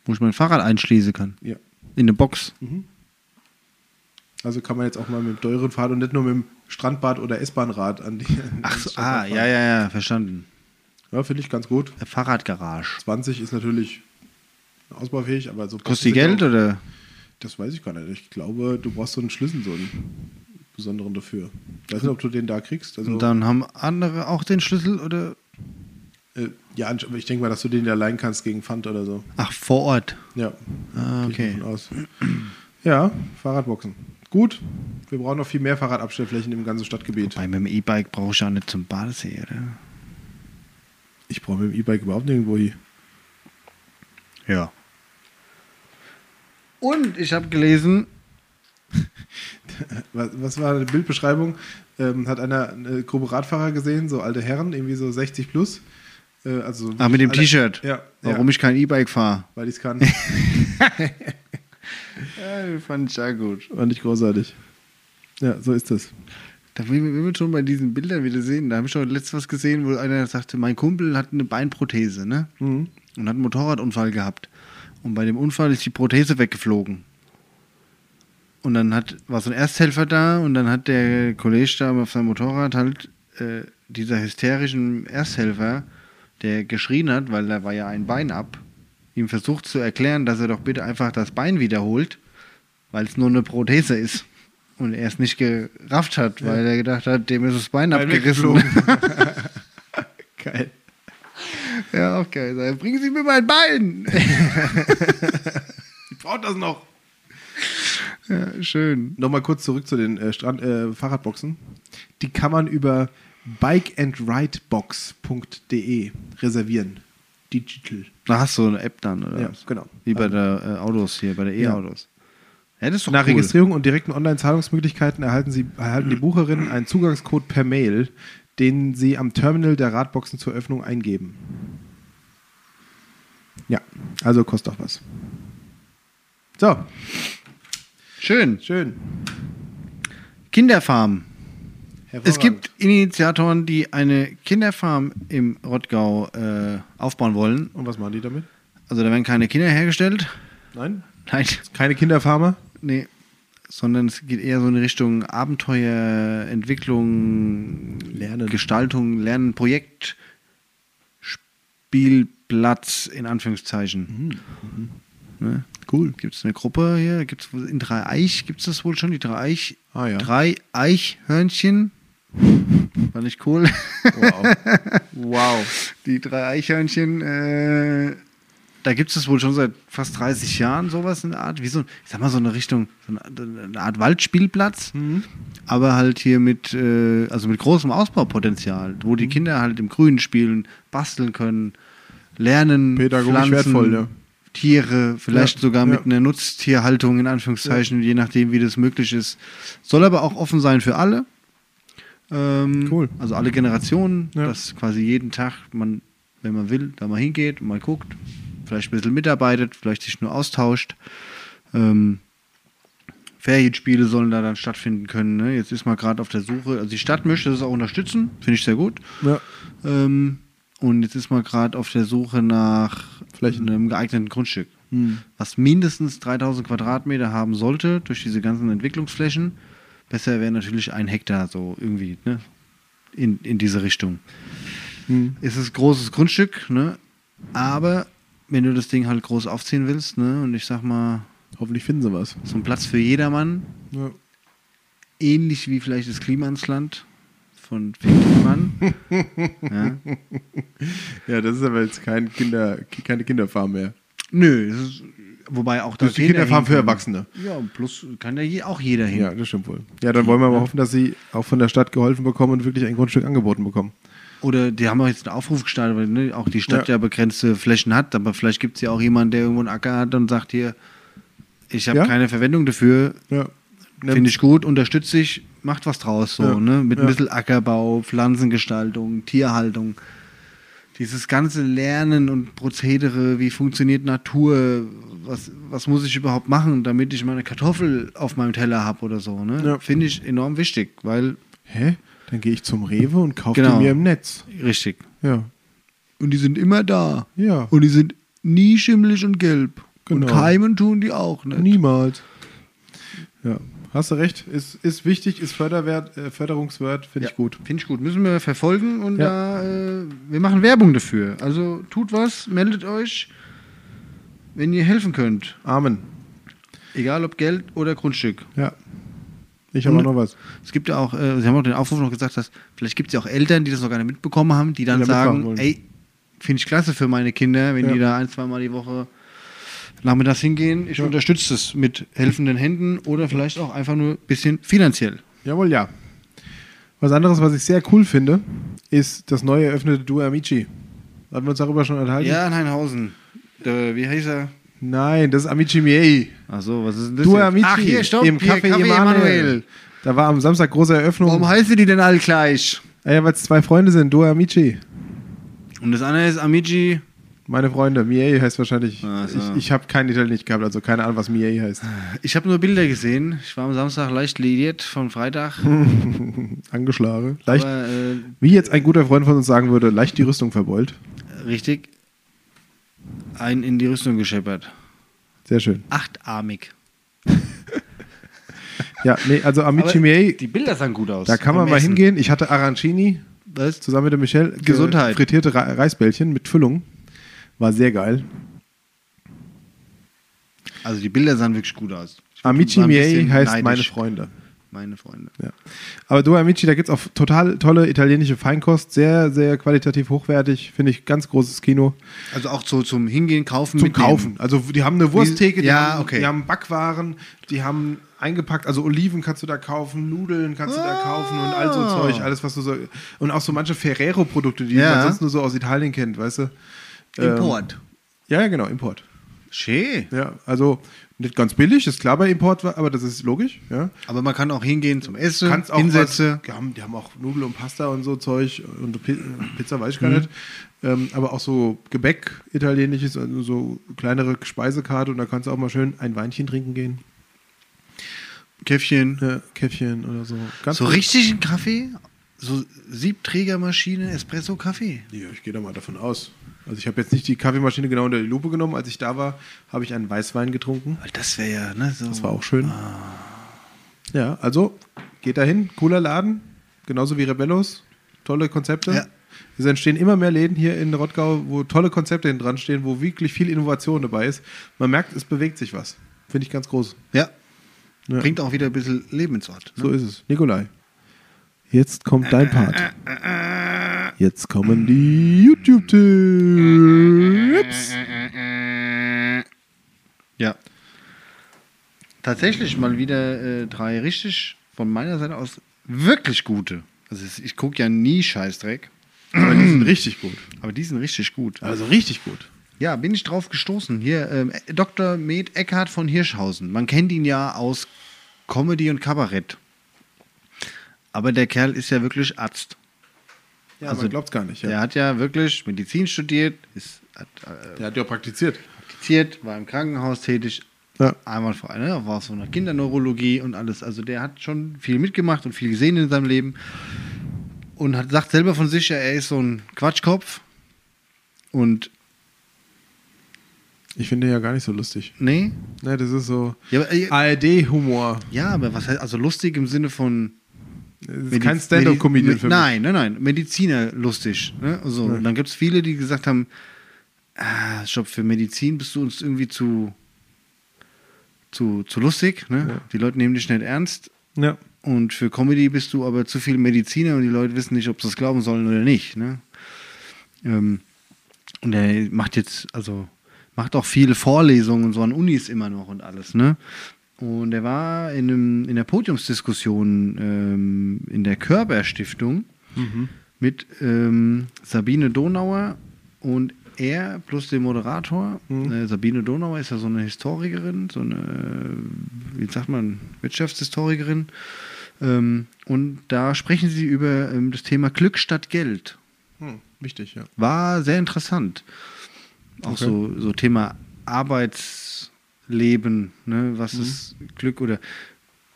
Speaker 2: Wo ich mein Fahrrad einschließen kann.
Speaker 1: Ja. Mhm.
Speaker 2: In eine Box.
Speaker 1: Also kann man jetzt auch mal mit dem teuren Fahrrad und nicht nur mit dem Strandbad oder S-Bahnrad an die.
Speaker 2: Ach
Speaker 1: ans
Speaker 2: so,
Speaker 1: Strandbad
Speaker 2: ah,
Speaker 1: fahren.
Speaker 2: ja, ja, ja, verstanden.
Speaker 1: Ja, finde ich ganz gut.
Speaker 2: Fahrradgarage.
Speaker 1: 20 ist natürlich ausbaufähig, aber so.
Speaker 2: Kostet die Geld oder?
Speaker 1: Das weiß ich gar nicht. Ich glaube, du brauchst so einen Schlüssel, so einen besonderen dafür. Ich weiß nicht, ob du den da kriegst. Also,
Speaker 2: Und dann haben andere auch den Schlüssel oder?
Speaker 1: äh, ja, ich denke mal, dass du den da leihen kannst gegen Pfand oder so.
Speaker 2: Ach, vor Ort.
Speaker 1: Ja.
Speaker 2: Ah,
Speaker 1: Gehe ich
Speaker 2: okay.
Speaker 1: davon aus. Ja, Fahrradboxen. Gut. Wir brauchen noch viel mehr Fahrradabstellflächen im ganzen Stadtgebiet.
Speaker 2: Bei meinem E-Bike brauche ich ja nicht zum Badesee, oder?
Speaker 1: Ich brauche mit dem E-Bike überhaupt nirgendwo hier.
Speaker 2: Ja. Und ich habe gelesen,
Speaker 1: Was, was war die Bildbeschreibung? Ähm, hat einer eine Gruppe Radfahrer gesehen, so alte Herren, irgendwie so 60 plus. Äh, also
Speaker 2: ach, Ah, mit dem
Speaker 1: alle-
Speaker 2: T-Shirt,
Speaker 1: Ja,
Speaker 2: warum
Speaker 1: ja,
Speaker 2: ich kein E-Bike fahre.
Speaker 1: Weil ich es kann.
Speaker 2: Ja, fand ich ja gut.
Speaker 1: War nicht großartig. Ja, so ist das.
Speaker 2: Da will, will man schon bei diesen Bildern wieder sehen. Da habe ich schon letztes was gesehen, wo einer sagte, mein Kumpel hat eine Beinprothese, ne? Und hat einen Motorradunfall gehabt. Und bei dem Unfall ist die Prothese weggeflogen. Und dann hat, war so ein Ersthelfer da und dann hat der Kollege da auf seinem Motorrad halt äh, dieser hysterischen Ersthelfer, der geschrien hat, weil da war ja ein Bein ab, ihm versucht zu erklären, dass er doch bitte einfach das Bein wiederholt, weil es nur eine Prothese ist. Und er es nicht gerafft hat, weil er gedacht hat, dem ist das Bein
Speaker 1: Bein
Speaker 2: abgerissen.
Speaker 1: weggeflogen. Geil.
Speaker 2: würde auch geil sein. Bringen Sie mir mein Bein!
Speaker 1: Ich brauche das noch.
Speaker 2: ja, schön.
Speaker 1: Nochmal kurz zurück zu den äh, Strand, äh, Fahrradboxen. Die kann man über bikeandridebox.de reservieren. Digital.
Speaker 2: Da hast du eine App dann, oder?
Speaker 1: Ja,
Speaker 2: was?
Speaker 1: genau.
Speaker 2: Wie bei der äh, Autos hier, bei der E-Autos. Ja. das ist doch
Speaker 1: Nach
Speaker 2: cool. Hm.
Speaker 1: Registrierung und direkten Online-Zahlungsmöglichkeiten erhalten, sie, erhalten die Bucherinnen einen Zugangscode per Mail, den sie am Terminal der Radboxen zur Öffnung eingeben. Ja, also kostet auch was. So,
Speaker 2: Schön.
Speaker 1: schön.
Speaker 2: Kinderfarm. Es
Speaker 1: Hervorragend.
Speaker 2: gibt Initiatoren, die eine Kinderfarm im Rottgau äh, aufbauen wollen.
Speaker 1: Und was machen die damit?
Speaker 2: Also da werden keine Kinder hergestellt.
Speaker 1: Nein?
Speaker 2: Nein,
Speaker 1: Keine Kinderfarmer?
Speaker 2: nee. Sondern es geht eher so in Richtung Abenteuer, Entwicklung,
Speaker 1: Lernen.
Speaker 2: Gestaltung, Lernen, Projekt, Spielplatz in Anführungszeichen. Ne?
Speaker 1: Mhm, Cool.
Speaker 2: Gibt es eine Gruppe hier? Gibt's wohl- in Dreieich gibt es das wohl schon? Die Dreieich,
Speaker 1: Ah, ja.
Speaker 2: drei Eichhörnchen. War nicht cool.
Speaker 1: Wow. wow.
Speaker 2: Die drei Eichhörnchen, äh, da gibt es das wohl schon seit fast 30 Jahren, sowas in der Art. Wie so, ich sag mal, so eine Richtung, so eine, eine Art Waldspielplatz,
Speaker 1: Mhm.
Speaker 2: aber halt hier mit, äh, also mit großem Ausbaupotenzial, wo
Speaker 1: Mhm.
Speaker 2: die Kinder halt im Grünen spielen, basteln können, lernen,
Speaker 1: Pädagogisch wertvoll, ja.
Speaker 2: Tiere, vielleicht
Speaker 1: Ja,
Speaker 2: sogar
Speaker 1: ja.
Speaker 2: mit einer Nutztierhaltung in Anführungszeichen, je nachdem, wie das möglich ist. Soll aber auch offen sein für alle. Ähm,
Speaker 1: Cool.
Speaker 2: Also alle Generationen,
Speaker 1: Ja.
Speaker 2: dass quasi jeden Tag man, wenn man will, da mal hingeht, mal guckt, vielleicht ein bisschen mitarbeitet, vielleicht sich nur austauscht. Ähm, Ferienspiele sollen da dann stattfinden können. Ne? Jetzt ist man gerade auf der Suche. Also die Stadt möchte das auch unterstützen, finde ich sehr gut.
Speaker 1: Ja.
Speaker 2: Ähm, und jetzt ist man gerade auf der Suche nach
Speaker 1: Flächen. Hm.
Speaker 2: einem geeigneten Grundstück, was mindestens 3000 Quadratmeter haben sollte durch diese ganzen Entwicklungsflächen. Besser wäre natürlich ein Hektar so irgendwie ne? in, in diese Richtung.
Speaker 1: Hm.
Speaker 2: Es ist großes Grundstück, ne? aber wenn du das Ding halt groß aufziehen willst ne? und ich sag mal,
Speaker 1: Hoffentlich finden sie was.
Speaker 2: so ein Platz für jedermann,
Speaker 1: Ja.
Speaker 2: ähnlich wie vielleicht das Klima ins Land von Finkelmann. ja.
Speaker 1: Ja, das ist aber jetzt kein Kinder, keine Kinderfarm mehr.
Speaker 2: Nö, es ist, wobei auch
Speaker 1: Das ist die
Speaker 2: jeder
Speaker 1: Kinderfarm für
Speaker 2: hin kann.
Speaker 1: Erwachsene.
Speaker 2: Ja, plus kann ja je, auch jeder hin.
Speaker 1: Ja, das stimmt wohl. Ja, dann wollen wir aber hoffen, dass sie auch von der Stadt geholfen bekommen und wirklich ein Grundstück angeboten bekommen.
Speaker 2: Oder die haben auch jetzt einen Aufruf gestartet, weil ne, auch die Stadt
Speaker 1: Ja.
Speaker 2: ja, begrenzte Flächen hat, aber vielleicht gibt es ja auch jemanden, der irgendwo einen Acker hat und sagt hier, ich habe
Speaker 1: Ja.
Speaker 2: keine Verwendung dafür,
Speaker 1: Ja.
Speaker 2: finde ich gut, unterstütze ich, macht was draus so,
Speaker 1: Ja.
Speaker 2: ne? Mit
Speaker 1: Ja.
Speaker 2: ein bisschen Ackerbau, Pflanzengestaltung, Tierhaltung. Dieses ganze Lernen und Prozedere, wie funktioniert Natur, was, was muss ich überhaupt machen, damit ich meine Kartoffel auf meinem Teller habe oder so, ne?
Speaker 1: Ja.
Speaker 2: Finde ich enorm wichtig, weil
Speaker 1: Hä? Dann gehe ich zum Rewe und kaufe
Speaker 2: Genau.
Speaker 1: die mir im Netz.
Speaker 2: richtig.
Speaker 1: Ja.
Speaker 2: Und die sind immer da.
Speaker 1: Ja.
Speaker 2: Und die sind nie schimmelig und gelb.
Speaker 1: Genau.
Speaker 2: Und keimen tun die auch ne? nicht.
Speaker 1: Niemals. Ja. Hast du recht. Ist, ist wichtig, ist förderwert, äh, förderungswert, finde ich gut.
Speaker 2: Finde ich gut. Müssen wir verfolgen und
Speaker 1: Ja.
Speaker 2: da, äh, wir machen Werbung dafür. Also tut was, meldet euch, wenn ihr helfen könnt.
Speaker 1: Amen.
Speaker 2: Egal ob Geld oder Grundstück.
Speaker 1: Ja. Ich habe auch
Speaker 2: Und-
Speaker 1: noch was.
Speaker 2: Es gibt ja auch, äh, Sie haben auch den Aufruf noch gesagt, dass vielleicht gibt es ja auch Eltern, die das noch gar nicht mitbekommen haben, die dann
Speaker 1: Die da mitmachen
Speaker 2: sagen,
Speaker 1: wollen.
Speaker 2: ey, finde ich klasse für meine Kinder, wenn
Speaker 1: Ja.
Speaker 2: die da ein, zweimal die Woche nachmittags hingehen. Ich unterstütze es mit helfenden Händen oder vielleicht auch einfach nur ein bisschen finanziell.
Speaker 1: Jawohl, ja. Was anderes, was ich sehr cool finde, ist das neu eröffnete Duo Amici. Hatten wir uns darüber schon unterhalten?
Speaker 2: Ja, Neinhausen. Der, wie heißt er?
Speaker 1: Nein, das ist Amici Miei.
Speaker 2: Ach so, was ist denn das?
Speaker 1: Duo
Speaker 2: jetzt?
Speaker 1: Amici
Speaker 2: Ach, hier, stopp,
Speaker 1: im
Speaker 2: hier,
Speaker 1: Café, Emanuel. Da war am Samstag große Eröffnung.
Speaker 2: Warum heißen die denn alle gleich?
Speaker 1: Ah ja, weil es zwei Freunde sind, Duo Amici.
Speaker 2: Und das andere ist Amici.
Speaker 1: Meine Freunde, Miei heißt wahrscheinlich.
Speaker 2: Ach Ah, so. Ah.
Speaker 1: Ich, ich habe kein Italienisch gehabt, also keine Ahnung, was Miei heißt.
Speaker 2: Ich habe nur Bilder gesehen. Ich war am Samstag leicht lidiert von Freitag.
Speaker 1: Angeschlagen. Leicht,
Speaker 2: Aber, äh,
Speaker 1: wie jetzt ein guter Freund von uns sagen würde, leicht die Rüstung verbeult.
Speaker 2: richtig einen in die Rüstung gescheppert.
Speaker 1: Sehr schön.
Speaker 2: Achtarmig.
Speaker 1: Ja, nee, also Amici Miei,
Speaker 2: die Bilder sahen gut aus.
Speaker 1: da kann man mal hingehen. Ich hatte Arancini
Speaker 2: Was?
Speaker 1: zusammen mit der Michelle. ge-
Speaker 2: Gesundheit.
Speaker 1: Frittierte Re Reisbällchen mit Füllung. War sehr geil.
Speaker 2: Also die Bilder sahen wirklich gut aus. Ich war
Speaker 1: Amici
Speaker 2: ein
Speaker 1: Miei
Speaker 2: bisschen
Speaker 1: Ah, heißt
Speaker 2: neidisch.
Speaker 1: meine Freunde.
Speaker 2: meine Freunde.
Speaker 1: Ja. Aber du, Amici, da gibt es auch total tolle italienische Feinkost. Sehr, sehr qualitativ hochwertig. Finde ich ganz großes Kino.
Speaker 2: Also auch so zum Hingehen, Kaufen.
Speaker 1: Zum
Speaker 2: mitnehmen.
Speaker 1: Kaufen. Also die haben eine Wursttheke, die,
Speaker 2: Ja,
Speaker 1: haben,
Speaker 2: okay.
Speaker 1: die haben Backwaren, die haben eingepackt, also Oliven kannst du da kaufen, Nudeln kannst du
Speaker 2: Ah.
Speaker 1: da kaufen und all so Zeug, alles was du so und auch so manche Ferrero-Produkte, die
Speaker 2: Ja.
Speaker 1: man sonst nur so aus Italien kennt, weißt du?
Speaker 2: Import.
Speaker 1: Ja, ja, genau, Import.
Speaker 2: Schön.
Speaker 1: Ja, also nicht ganz billig, ist klar bei Import, aber das ist logisch, ja.
Speaker 2: Aber man kann auch hingehen zum Essen,
Speaker 1: Kannst auch
Speaker 2: Hinsätze.
Speaker 1: Was, die, haben, die haben auch Nudeln und Pasta und so Zeug und Pi- Pizza weiß ich
Speaker 2: Mhm.
Speaker 1: gar nicht. Ähm, aber auch so Gebäck, italienisches, also so kleinere Speisekarte und da kannst du auch mal schön ein Weinchen trinken gehen.
Speaker 2: Käffchen.
Speaker 1: Ja, Käffchen oder so. Ganz
Speaker 2: So
Speaker 1: gut.
Speaker 2: richtig einen Kaffee? So Siebträgermaschine, Espresso-Kaffee?
Speaker 1: Ja, ich gehe da mal davon aus. Also ich habe jetzt nicht die Kaffeemaschine genau unter die Lupe genommen. Als ich da war, habe ich einen Weißwein getrunken.
Speaker 2: Weil das wäre ja, ne? So.
Speaker 1: Das war auch schön. Ja, also geht dahin, cooler Laden, genauso wie Rebellos, tolle Konzepte.
Speaker 2: Ja.
Speaker 1: Es entstehen immer mehr Läden hier in Rottgau, wo tolle Konzepte hinten dran stehen, wo wirklich viel Innovation dabei ist. Man merkt, es bewegt sich was. Finde ich ganz groß.
Speaker 2: Ja.
Speaker 1: Ja.
Speaker 2: Bringt auch wieder ein bisschen Leben ins Ort. Ne?
Speaker 1: So ist es. Nikolai, jetzt kommt dein Part. Jetzt kommen die YouTube-Tipps.
Speaker 2: Ja. Tatsächlich mal wieder äh, drei richtig von meiner Seite aus wirklich gute. Also es- ich gucke ja nie Scheißdreck,
Speaker 1: Aber die sind richtig gut.
Speaker 2: aber die sind richtig gut.
Speaker 1: Also richtig gut.
Speaker 2: Ja, bin ich drauf gestoßen. Hier, ähm, Dr. Med Eckhard von Hirschhausen. Man kennt ihn ja aus Comedy und Kabarett. Aber der Kerl ist ja wirklich Arzt.
Speaker 1: Ja,
Speaker 2: Also-
Speaker 1: man glaubt es gar nicht. Ja.
Speaker 2: Der hat ja wirklich Medizin studiert, ist hat, äh,
Speaker 1: Der hat ja praktiziert.
Speaker 2: praktiziert, war im Krankenhaus tätig,
Speaker 1: Ja.
Speaker 2: einmal vor einer, war so eine Kinderneurologie und alles. Also der hat schon viel mitgemacht und viel gesehen in seinem Leben und hat sagt selber von sich, ja, er ist so ein Quatschkopf und
Speaker 1: Ich finde den ja gar nicht so lustig.
Speaker 2: nee.
Speaker 1: Ne, das ist so
Speaker 2: Ja, aber,
Speaker 1: Ah.
Speaker 2: äh,
Speaker 1: ARD-Humor.
Speaker 2: ja, aber was heißt also lustig im Sinne von
Speaker 1: Das ist
Speaker 2: Mediz-
Speaker 1: kein Stand-up-Comedian
Speaker 2: Medi-
Speaker 1: für mich.
Speaker 2: Nein, nein, nein. Mediziner lustig. Ne? So. Und dann gibt es viele, die gesagt haben, ah, ich glaub, für Medizin bist du uns irgendwie zu, zu, zu lustig. Ne? Die Leute nehmen dich nicht ernst.
Speaker 1: Ja.
Speaker 2: Und für Comedy bist du aber zu viel Mediziner und die Leute wissen nicht, ob sie es glauben sollen oder nicht. Ne? Ähm, und er macht jetzt, also macht auch viele Vorlesungen und so an Unis immer noch und alles, ne? Und er war in, einem, in der Podiumsdiskussion ähm, in der Körperstiftung mit ähm, Sabine Donauer und er plus dem Moderator. Äh, Sabine Donauer ist ja so eine Historikerin, so eine, äh, wie sagt man, Wirtschaftshistorikerin. Ähm, und da sprechen sie über ähm, das Thema Glück statt Geld.
Speaker 1: Hm, wichtig, ja.
Speaker 2: War sehr interessant. Auch
Speaker 1: Okay.
Speaker 2: so, so Thema Arbeitsleben, ne? was
Speaker 1: Mhm.
Speaker 2: ist Glück oder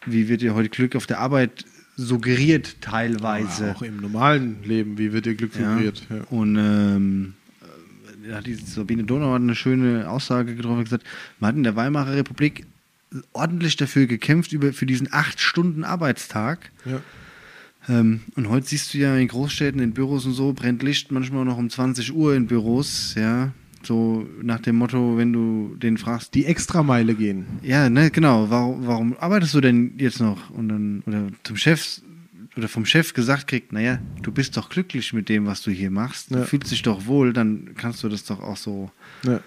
Speaker 2: wie wird dir heute Glück auf der Arbeit suggeriert teilweise.
Speaker 1: Auch im normalen Leben, wie wird ihr Glück
Speaker 2: Ja.
Speaker 1: suggeriert? Ja.
Speaker 2: Und ähm, äh, da hat die Sabine Donau hat eine schöne Aussage getroffen und gesagt, man hat in der Weimarer Republik ordentlich dafür gekämpft, über, für diesen acht Stunden Arbeitstag.
Speaker 1: Ja.
Speaker 2: Ähm, und heute siehst du ja in Großstädten, in Büros und so, brennt Licht manchmal noch um 20 Uhr in Büros, ja. So nach dem Motto, wenn du den fragst,
Speaker 1: Die Extrameile gehen.
Speaker 2: ja, ne, genau, warum, warum arbeitest du denn jetzt noch? Und dann, oder zum Chef, oder vom Chef gesagt kriegt, naja, du bist doch glücklich mit dem, was du hier machst,
Speaker 1: Ja.
Speaker 2: du fühlst dich doch wohl, dann kannst du das doch auch so
Speaker 1: Ja.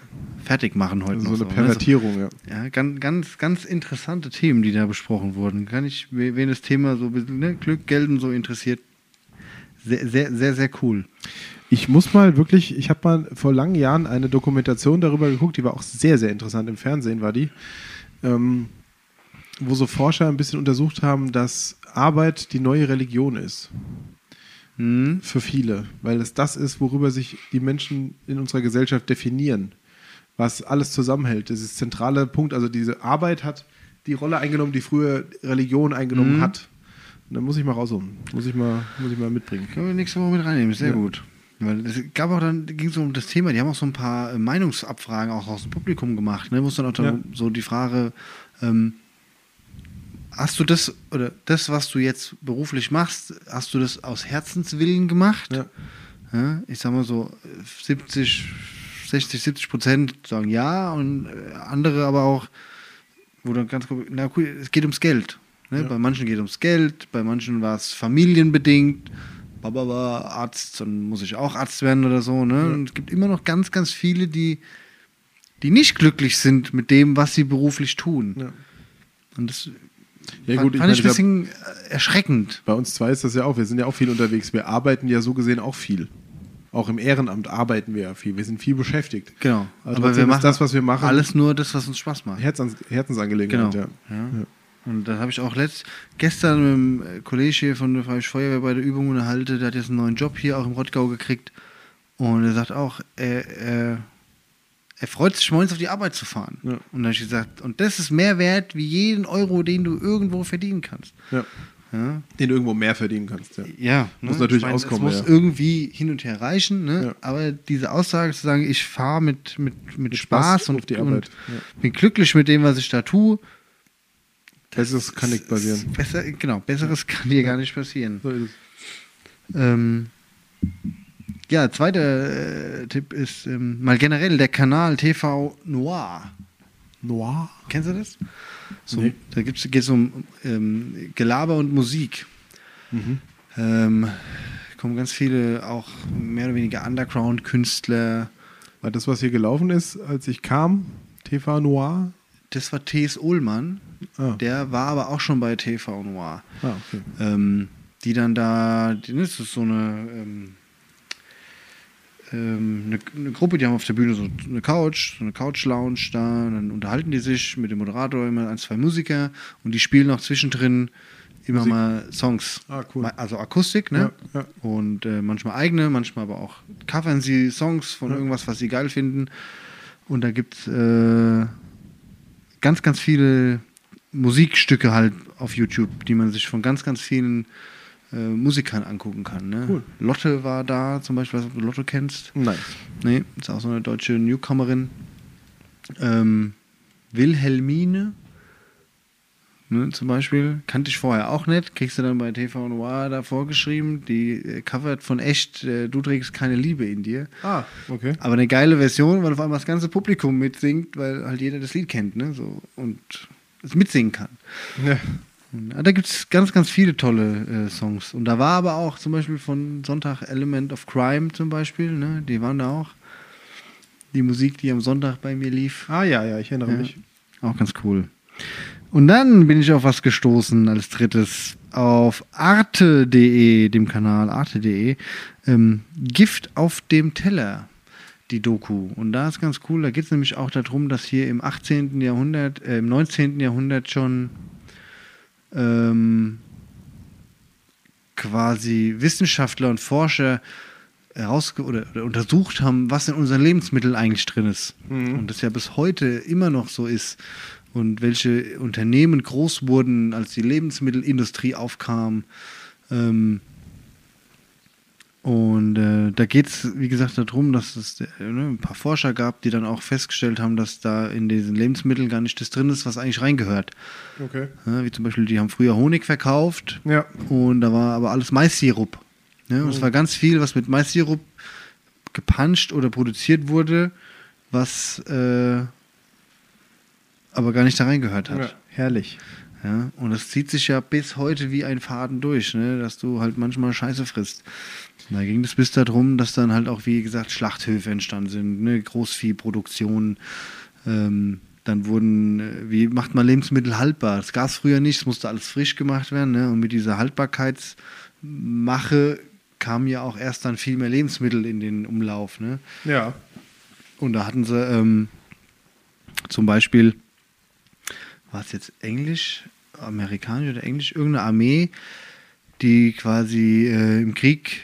Speaker 2: fertig machen heute
Speaker 1: Also
Speaker 2: noch.
Speaker 1: so eine
Speaker 2: ne?
Speaker 1: Pervertierung, ja.
Speaker 2: Ja, ganz, ganz, ganz interessante Themen, die da besprochen wurden. Kann ich, we- wen das Thema so ein bisschen, ne, Glück, Geld und so interessiert. Sehr, sehr, sehr, sehr cool.
Speaker 1: Ich muss mal wirklich, ich habe mal vor langen Jahren eine Dokumentation darüber geguckt, die war auch sehr, sehr interessant im Fernsehen, war die, ähm, wo so Forscher ein bisschen untersucht haben, dass Arbeit die neue Religion ist.
Speaker 2: Hm?
Speaker 1: für viele, weil es das ist, worüber sich die Menschen in unserer Gesellschaft definieren, was alles zusammenhält. Das ist der zentrale Punkt. Also diese Arbeit hat die Rolle eingenommen, die früher Religion eingenommen hat. Und da muss ich mal rausholen. Muss ich mal, muss ich mal mitbringen.
Speaker 2: Können wir nächste Woche mit reinnehmen, ist sehr
Speaker 1: Ja.
Speaker 2: gut. Weil es gab auch dann, ging es um das Thema, die haben auch so ein paar äh, Meinungsabfragen auch aus dem Publikum gemacht, ne? Wo es dann auch darum- so die Frage, ähm, hast du das oder das, was du jetzt beruflich machst, hast du das aus Herzenswillen gemacht?
Speaker 1: Ja.
Speaker 2: Ja, ich sag mal so äh, 70, 60, 70 Prozent sagen ja und äh, andere aber auch, wo dann ganz, na cool, es geht ums Geld. ne? Ne? Bei manchen geht es ums Geld, bei manchen war es familienbedingt. Baba war Arzt, dann muss ich auch Arzt werden oder so. Ne? Und es gibt immer noch ganz, ganz viele, die, die nicht glücklich sind mit dem, was sie beruflich tun.
Speaker 1: Ja.
Speaker 2: Und das
Speaker 1: Ja,
Speaker 2: fand,
Speaker 1: gut, ich
Speaker 2: fand
Speaker 1: meine,
Speaker 2: ich, ein bisschen äh, erschreckend.
Speaker 1: Bei uns zwei ist das ja auch. Wir sind ja auch viel unterwegs. Wir arbeiten ja so gesehen auch viel. Auch im Ehrenamt arbeiten wir ja viel. Wir sind viel beschäftigt.
Speaker 2: Genau.
Speaker 1: Aber, trotzdem ist das, was wir machen,
Speaker 2: Alles nur das, was uns Spaß macht.
Speaker 1: Herzans
Speaker 2: Genau.
Speaker 1: Herzensangelegenheit.
Speaker 2: Ja.
Speaker 1: Ja.
Speaker 2: Und da habe ich auch letzt, gestern mit dem äh, Kollege hier von der Freiwilligen Feuerwehr bei der Übung unterhalten, der hat jetzt einen neuen Job hier auch im Rottgau gekriegt. Und er sagt auch, er, er, er freut sich morgens auf die Arbeit zu fahren.
Speaker 1: Ja.
Speaker 2: Und dann habe ich gesagt, und das ist mehr wert wie jeden Euro, den du irgendwo verdienen kannst.
Speaker 1: Ja.
Speaker 2: Ja,
Speaker 1: Den du irgendwo mehr verdienen kannst. Ja.
Speaker 2: ja ne?
Speaker 1: Muss natürlich
Speaker 2: Ich meine,
Speaker 1: auskommen,
Speaker 2: Es muss
Speaker 1: ja.
Speaker 2: irgendwie hin und her reichen, ne?
Speaker 1: Ja.
Speaker 2: aber diese Aussage zu sagen, ich fahre mit, mit, mit,
Speaker 1: Spaß
Speaker 2: Spaß,
Speaker 1: auf
Speaker 2: und,
Speaker 1: die
Speaker 2: und
Speaker 1: Arbeit, ja.
Speaker 2: bin glücklich mit dem, was ich da tue,
Speaker 1: Besseres kann nicht passieren.
Speaker 2: Ist Besser, genau, besseres kann dir gar nicht passieren.
Speaker 1: So ist es.
Speaker 2: Ähm, ja, zweiter äh, Tipp ist ähm, mal generell der Kanal TV Noir.
Speaker 1: Noir.
Speaker 2: Kennst du das? So,
Speaker 1: Nee.
Speaker 2: Da geht es um ähm, Gelaber und Musik.
Speaker 1: Mhm.
Speaker 2: Ähm, kommen ganz viele auch mehr oder weniger Underground-Künstler.
Speaker 1: War das, was hier gelaufen ist, als ich kam? TV Noir?
Speaker 2: Das war T.S. Ullmann,
Speaker 1: Ah.
Speaker 2: der war aber auch schon bei TV Noir.
Speaker 1: Ah, okay.
Speaker 2: ähm, die dann da, die, ne, das ist so eine, ähm, ähm, eine, eine Gruppe, die haben auf der Bühne so eine Couch, so eine Couch-Lounge da, und dann unterhalten die sich mit dem Moderator immer ein, zwei Musiker und die spielen auch zwischendrin immer
Speaker 1: Musik.
Speaker 2: mal Songs.
Speaker 1: Ah, cool.
Speaker 2: Ma- Also Akustik, ne?
Speaker 1: Ja, ja.
Speaker 2: Und äh, manchmal eigene, manchmal aber auch covern sie Songs von irgendwas, was sie geil finden. Und da gibt es äh, ganz, ganz viele Musikstücke halt auf YouTube, die man sich von ganz, ganz vielen äh, Musikern angucken kann. Ne?
Speaker 1: Cool. Hm.
Speaker 2: Lotte war da zum Beispiel, weiß nicht, ob du Lotte kennst.
Speaker 1: Nein.
Speaker 2: Nee, ist auch so eine deutsche Newcomerin. Ähm, Wilhelmine ne, zum Beispiel, kannte ich vorher auch nicht, kriegst du dann bei TV Noir da vorgeschrieben, die äh, covert von echt, äh, du trägst keine Liebe in dir.
Speaker 1: Ah, okay.
Speaker 2: Aber eine geile Version, weil auf einmal das ganze Publikum mitsingt, weil halt jeder das Lied kennt, ne? So und es mitsingen kann.
Speaker 1: Ja.
Speaker 2: Und, ah, da gibt es ganz, ganz viele tolle äh, Songs. Und da war aber auch zum Beispiel von Sonntag Element of Crime zum Beispiel, ne? Die waren da auch. Die Musik, die am Sonntag bei mir lief.
Speaker 1: Ah, ja, ja, ich erinnere mich.
Speaker 2: Ja, auch ganz cool. Und dann bin ich auf was gestoßen als drittes. Auf arte.de, dem Kanal arte.de. Ähm, Gift auf dem Teller, die Doku. Und da ist ganz cool, da geht es nämlich auch darum, dass hier im 18. Jahrhundert, äh, im 19. Jahrhundert schon ähm, quasi Wissenschaftler und Forscher herausge oder, oder untersucht haben, was in unseren Lebensmitteln eigentlich drin ist. Und das ja bis heute immer noch so ist. Und welche Unternehmen groß wurden, als die Lebensmittelindustrie aufkam. Ähm, und äh, da geht es, wie gesagt, darum, dass es äh, ne, ein paar Forscher gab, die dann auch festgestellt haben, dass da in diesen Lebensmitteln gar nicht das drin ist, was eigentlich reingehört.
Speaker 1: Okay.
Speaker 2: Ja, Ne, wie zum Beispiel, die haben früher Honig verkauft
Speaker 1: Ja. Mhm.
Speaker 2: und da war aber alles Mais-Sirup. Ne? Und es war ganz viel, was mit Mais-Sirup gepanscht oder produziert wurde, was äh, aber gar nicht da reingehört hat.
Speaker 1: ja. Herrlich.
Speaker 2: Ja, und das zieht sich ja bis heute wie ein Faden durch, ne? dass du halt manchmal Scheiße frisst. Da ging es bis darum, dass dann halt auch, wie gesagt, Schlachthöfe entstanden sind, ne? Großviehproduktionen. Ähm, dann wurden, äh, wie macht man Lebensmittel haltbar? Das gab es früher nicht, es musste alles frisch gemacht werden. Ne? Und mit dieser Haltbarkeitsmache kamen ja auch erst dann viel mehr Lebensmittel in den Umlauf. Ne?
Speaker 1: Ja.
Speaker 2: Und da hatten sie ähm, zum Beispiel, war es jetzt Englisch, amerikanisch oder Englisch, irgendeine Armee, die quasi äh, im Krieg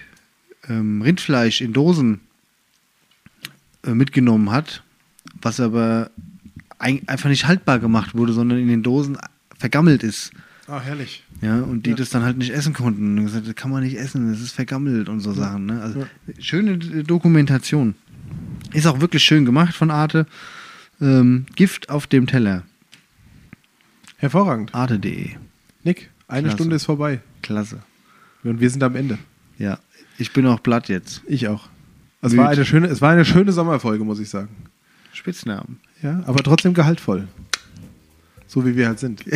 Speaker 2: ähm, Rindfleisch in Dosen äh, mitgenommen hat, was aber ein, einfach nicht haltbar gemacht wurde, sondern in den Dosen vergammelt ist.
Speaker 1: Ah, herrlich.
Speaker 2: Ja, und die
Speaker 1: Ja.
Speaker 2: das dann halt nicht essen konnten. Und gesagt, das kann man nicht essen, das ist vergammelt und so Sachen. Ne? Also
Speaker 1: Ja.
Speaker 2: schöne äh, Dokumentation. Ist auch wirklich schön gemacht von Arte. Ähm, Gift auf dem Teller.
Speaker 1: Hervorragend.
Speaker 2: Arte.de.
Speaker 1: Nick, eine
Speaker 2: Klasse.
Speaker 1: Stunde ist vorbei.
Speaker 2: Klasse.
Speaker 1: Und wir sind am Ende.
Speaker 2: Ja, ich bin auch platt jetzt.
Speaker 1: Ich auch. Es
Speaker 2: Müde.
Speaker 1: war, eine schöne, es war eine schöne Sommerfolge, muss ich sagen.
Speaker 2: Spitznamen.
Speaker 1: Ja, aber trotzdem gehaltvoll. So wie wir halt sind.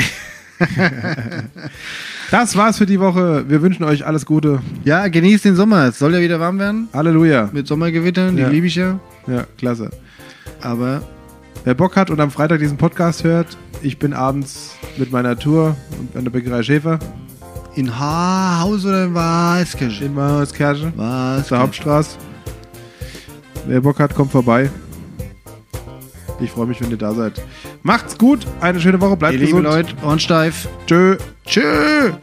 Speaker 1: Das war's für die Woche. Wir wünschen euch alles Gute.
Speaker 2: Ja, genießt den Sommer. Es soll ja wieder warm werden.
Speaker 1: Halleluja.
Speaker 2: Mit Sommergewittern,
Speaker 1: Ja.
Speaker 2: die liebe ich ja.
Speaker 1: Ja, klasse.
Speaker 2: Aber
Speaker 1: Wer Bock hat und am Freitag diesen Podcast hört, ich bin abends mit meiner Tour und an der Bäckerei Schäfer
Speaker 2: in ha Haus oder in Weißkirche?
Speaker 1: in Mauskirche auf
Speaker 2: Was?
Speaker 1: der Hauptstraße. Wer Bock hat, kommt vorbei. Ich freue mich, wenn ihr da seid. Macht's gut, eine schöne Woche, bleibt
Speaker 2: Ihr lieben
Speaker 1: gesund.
Speaker 2: Leute, Ohren steif.
Speaker 1: Tschö.
Speaker 2: Tschüss.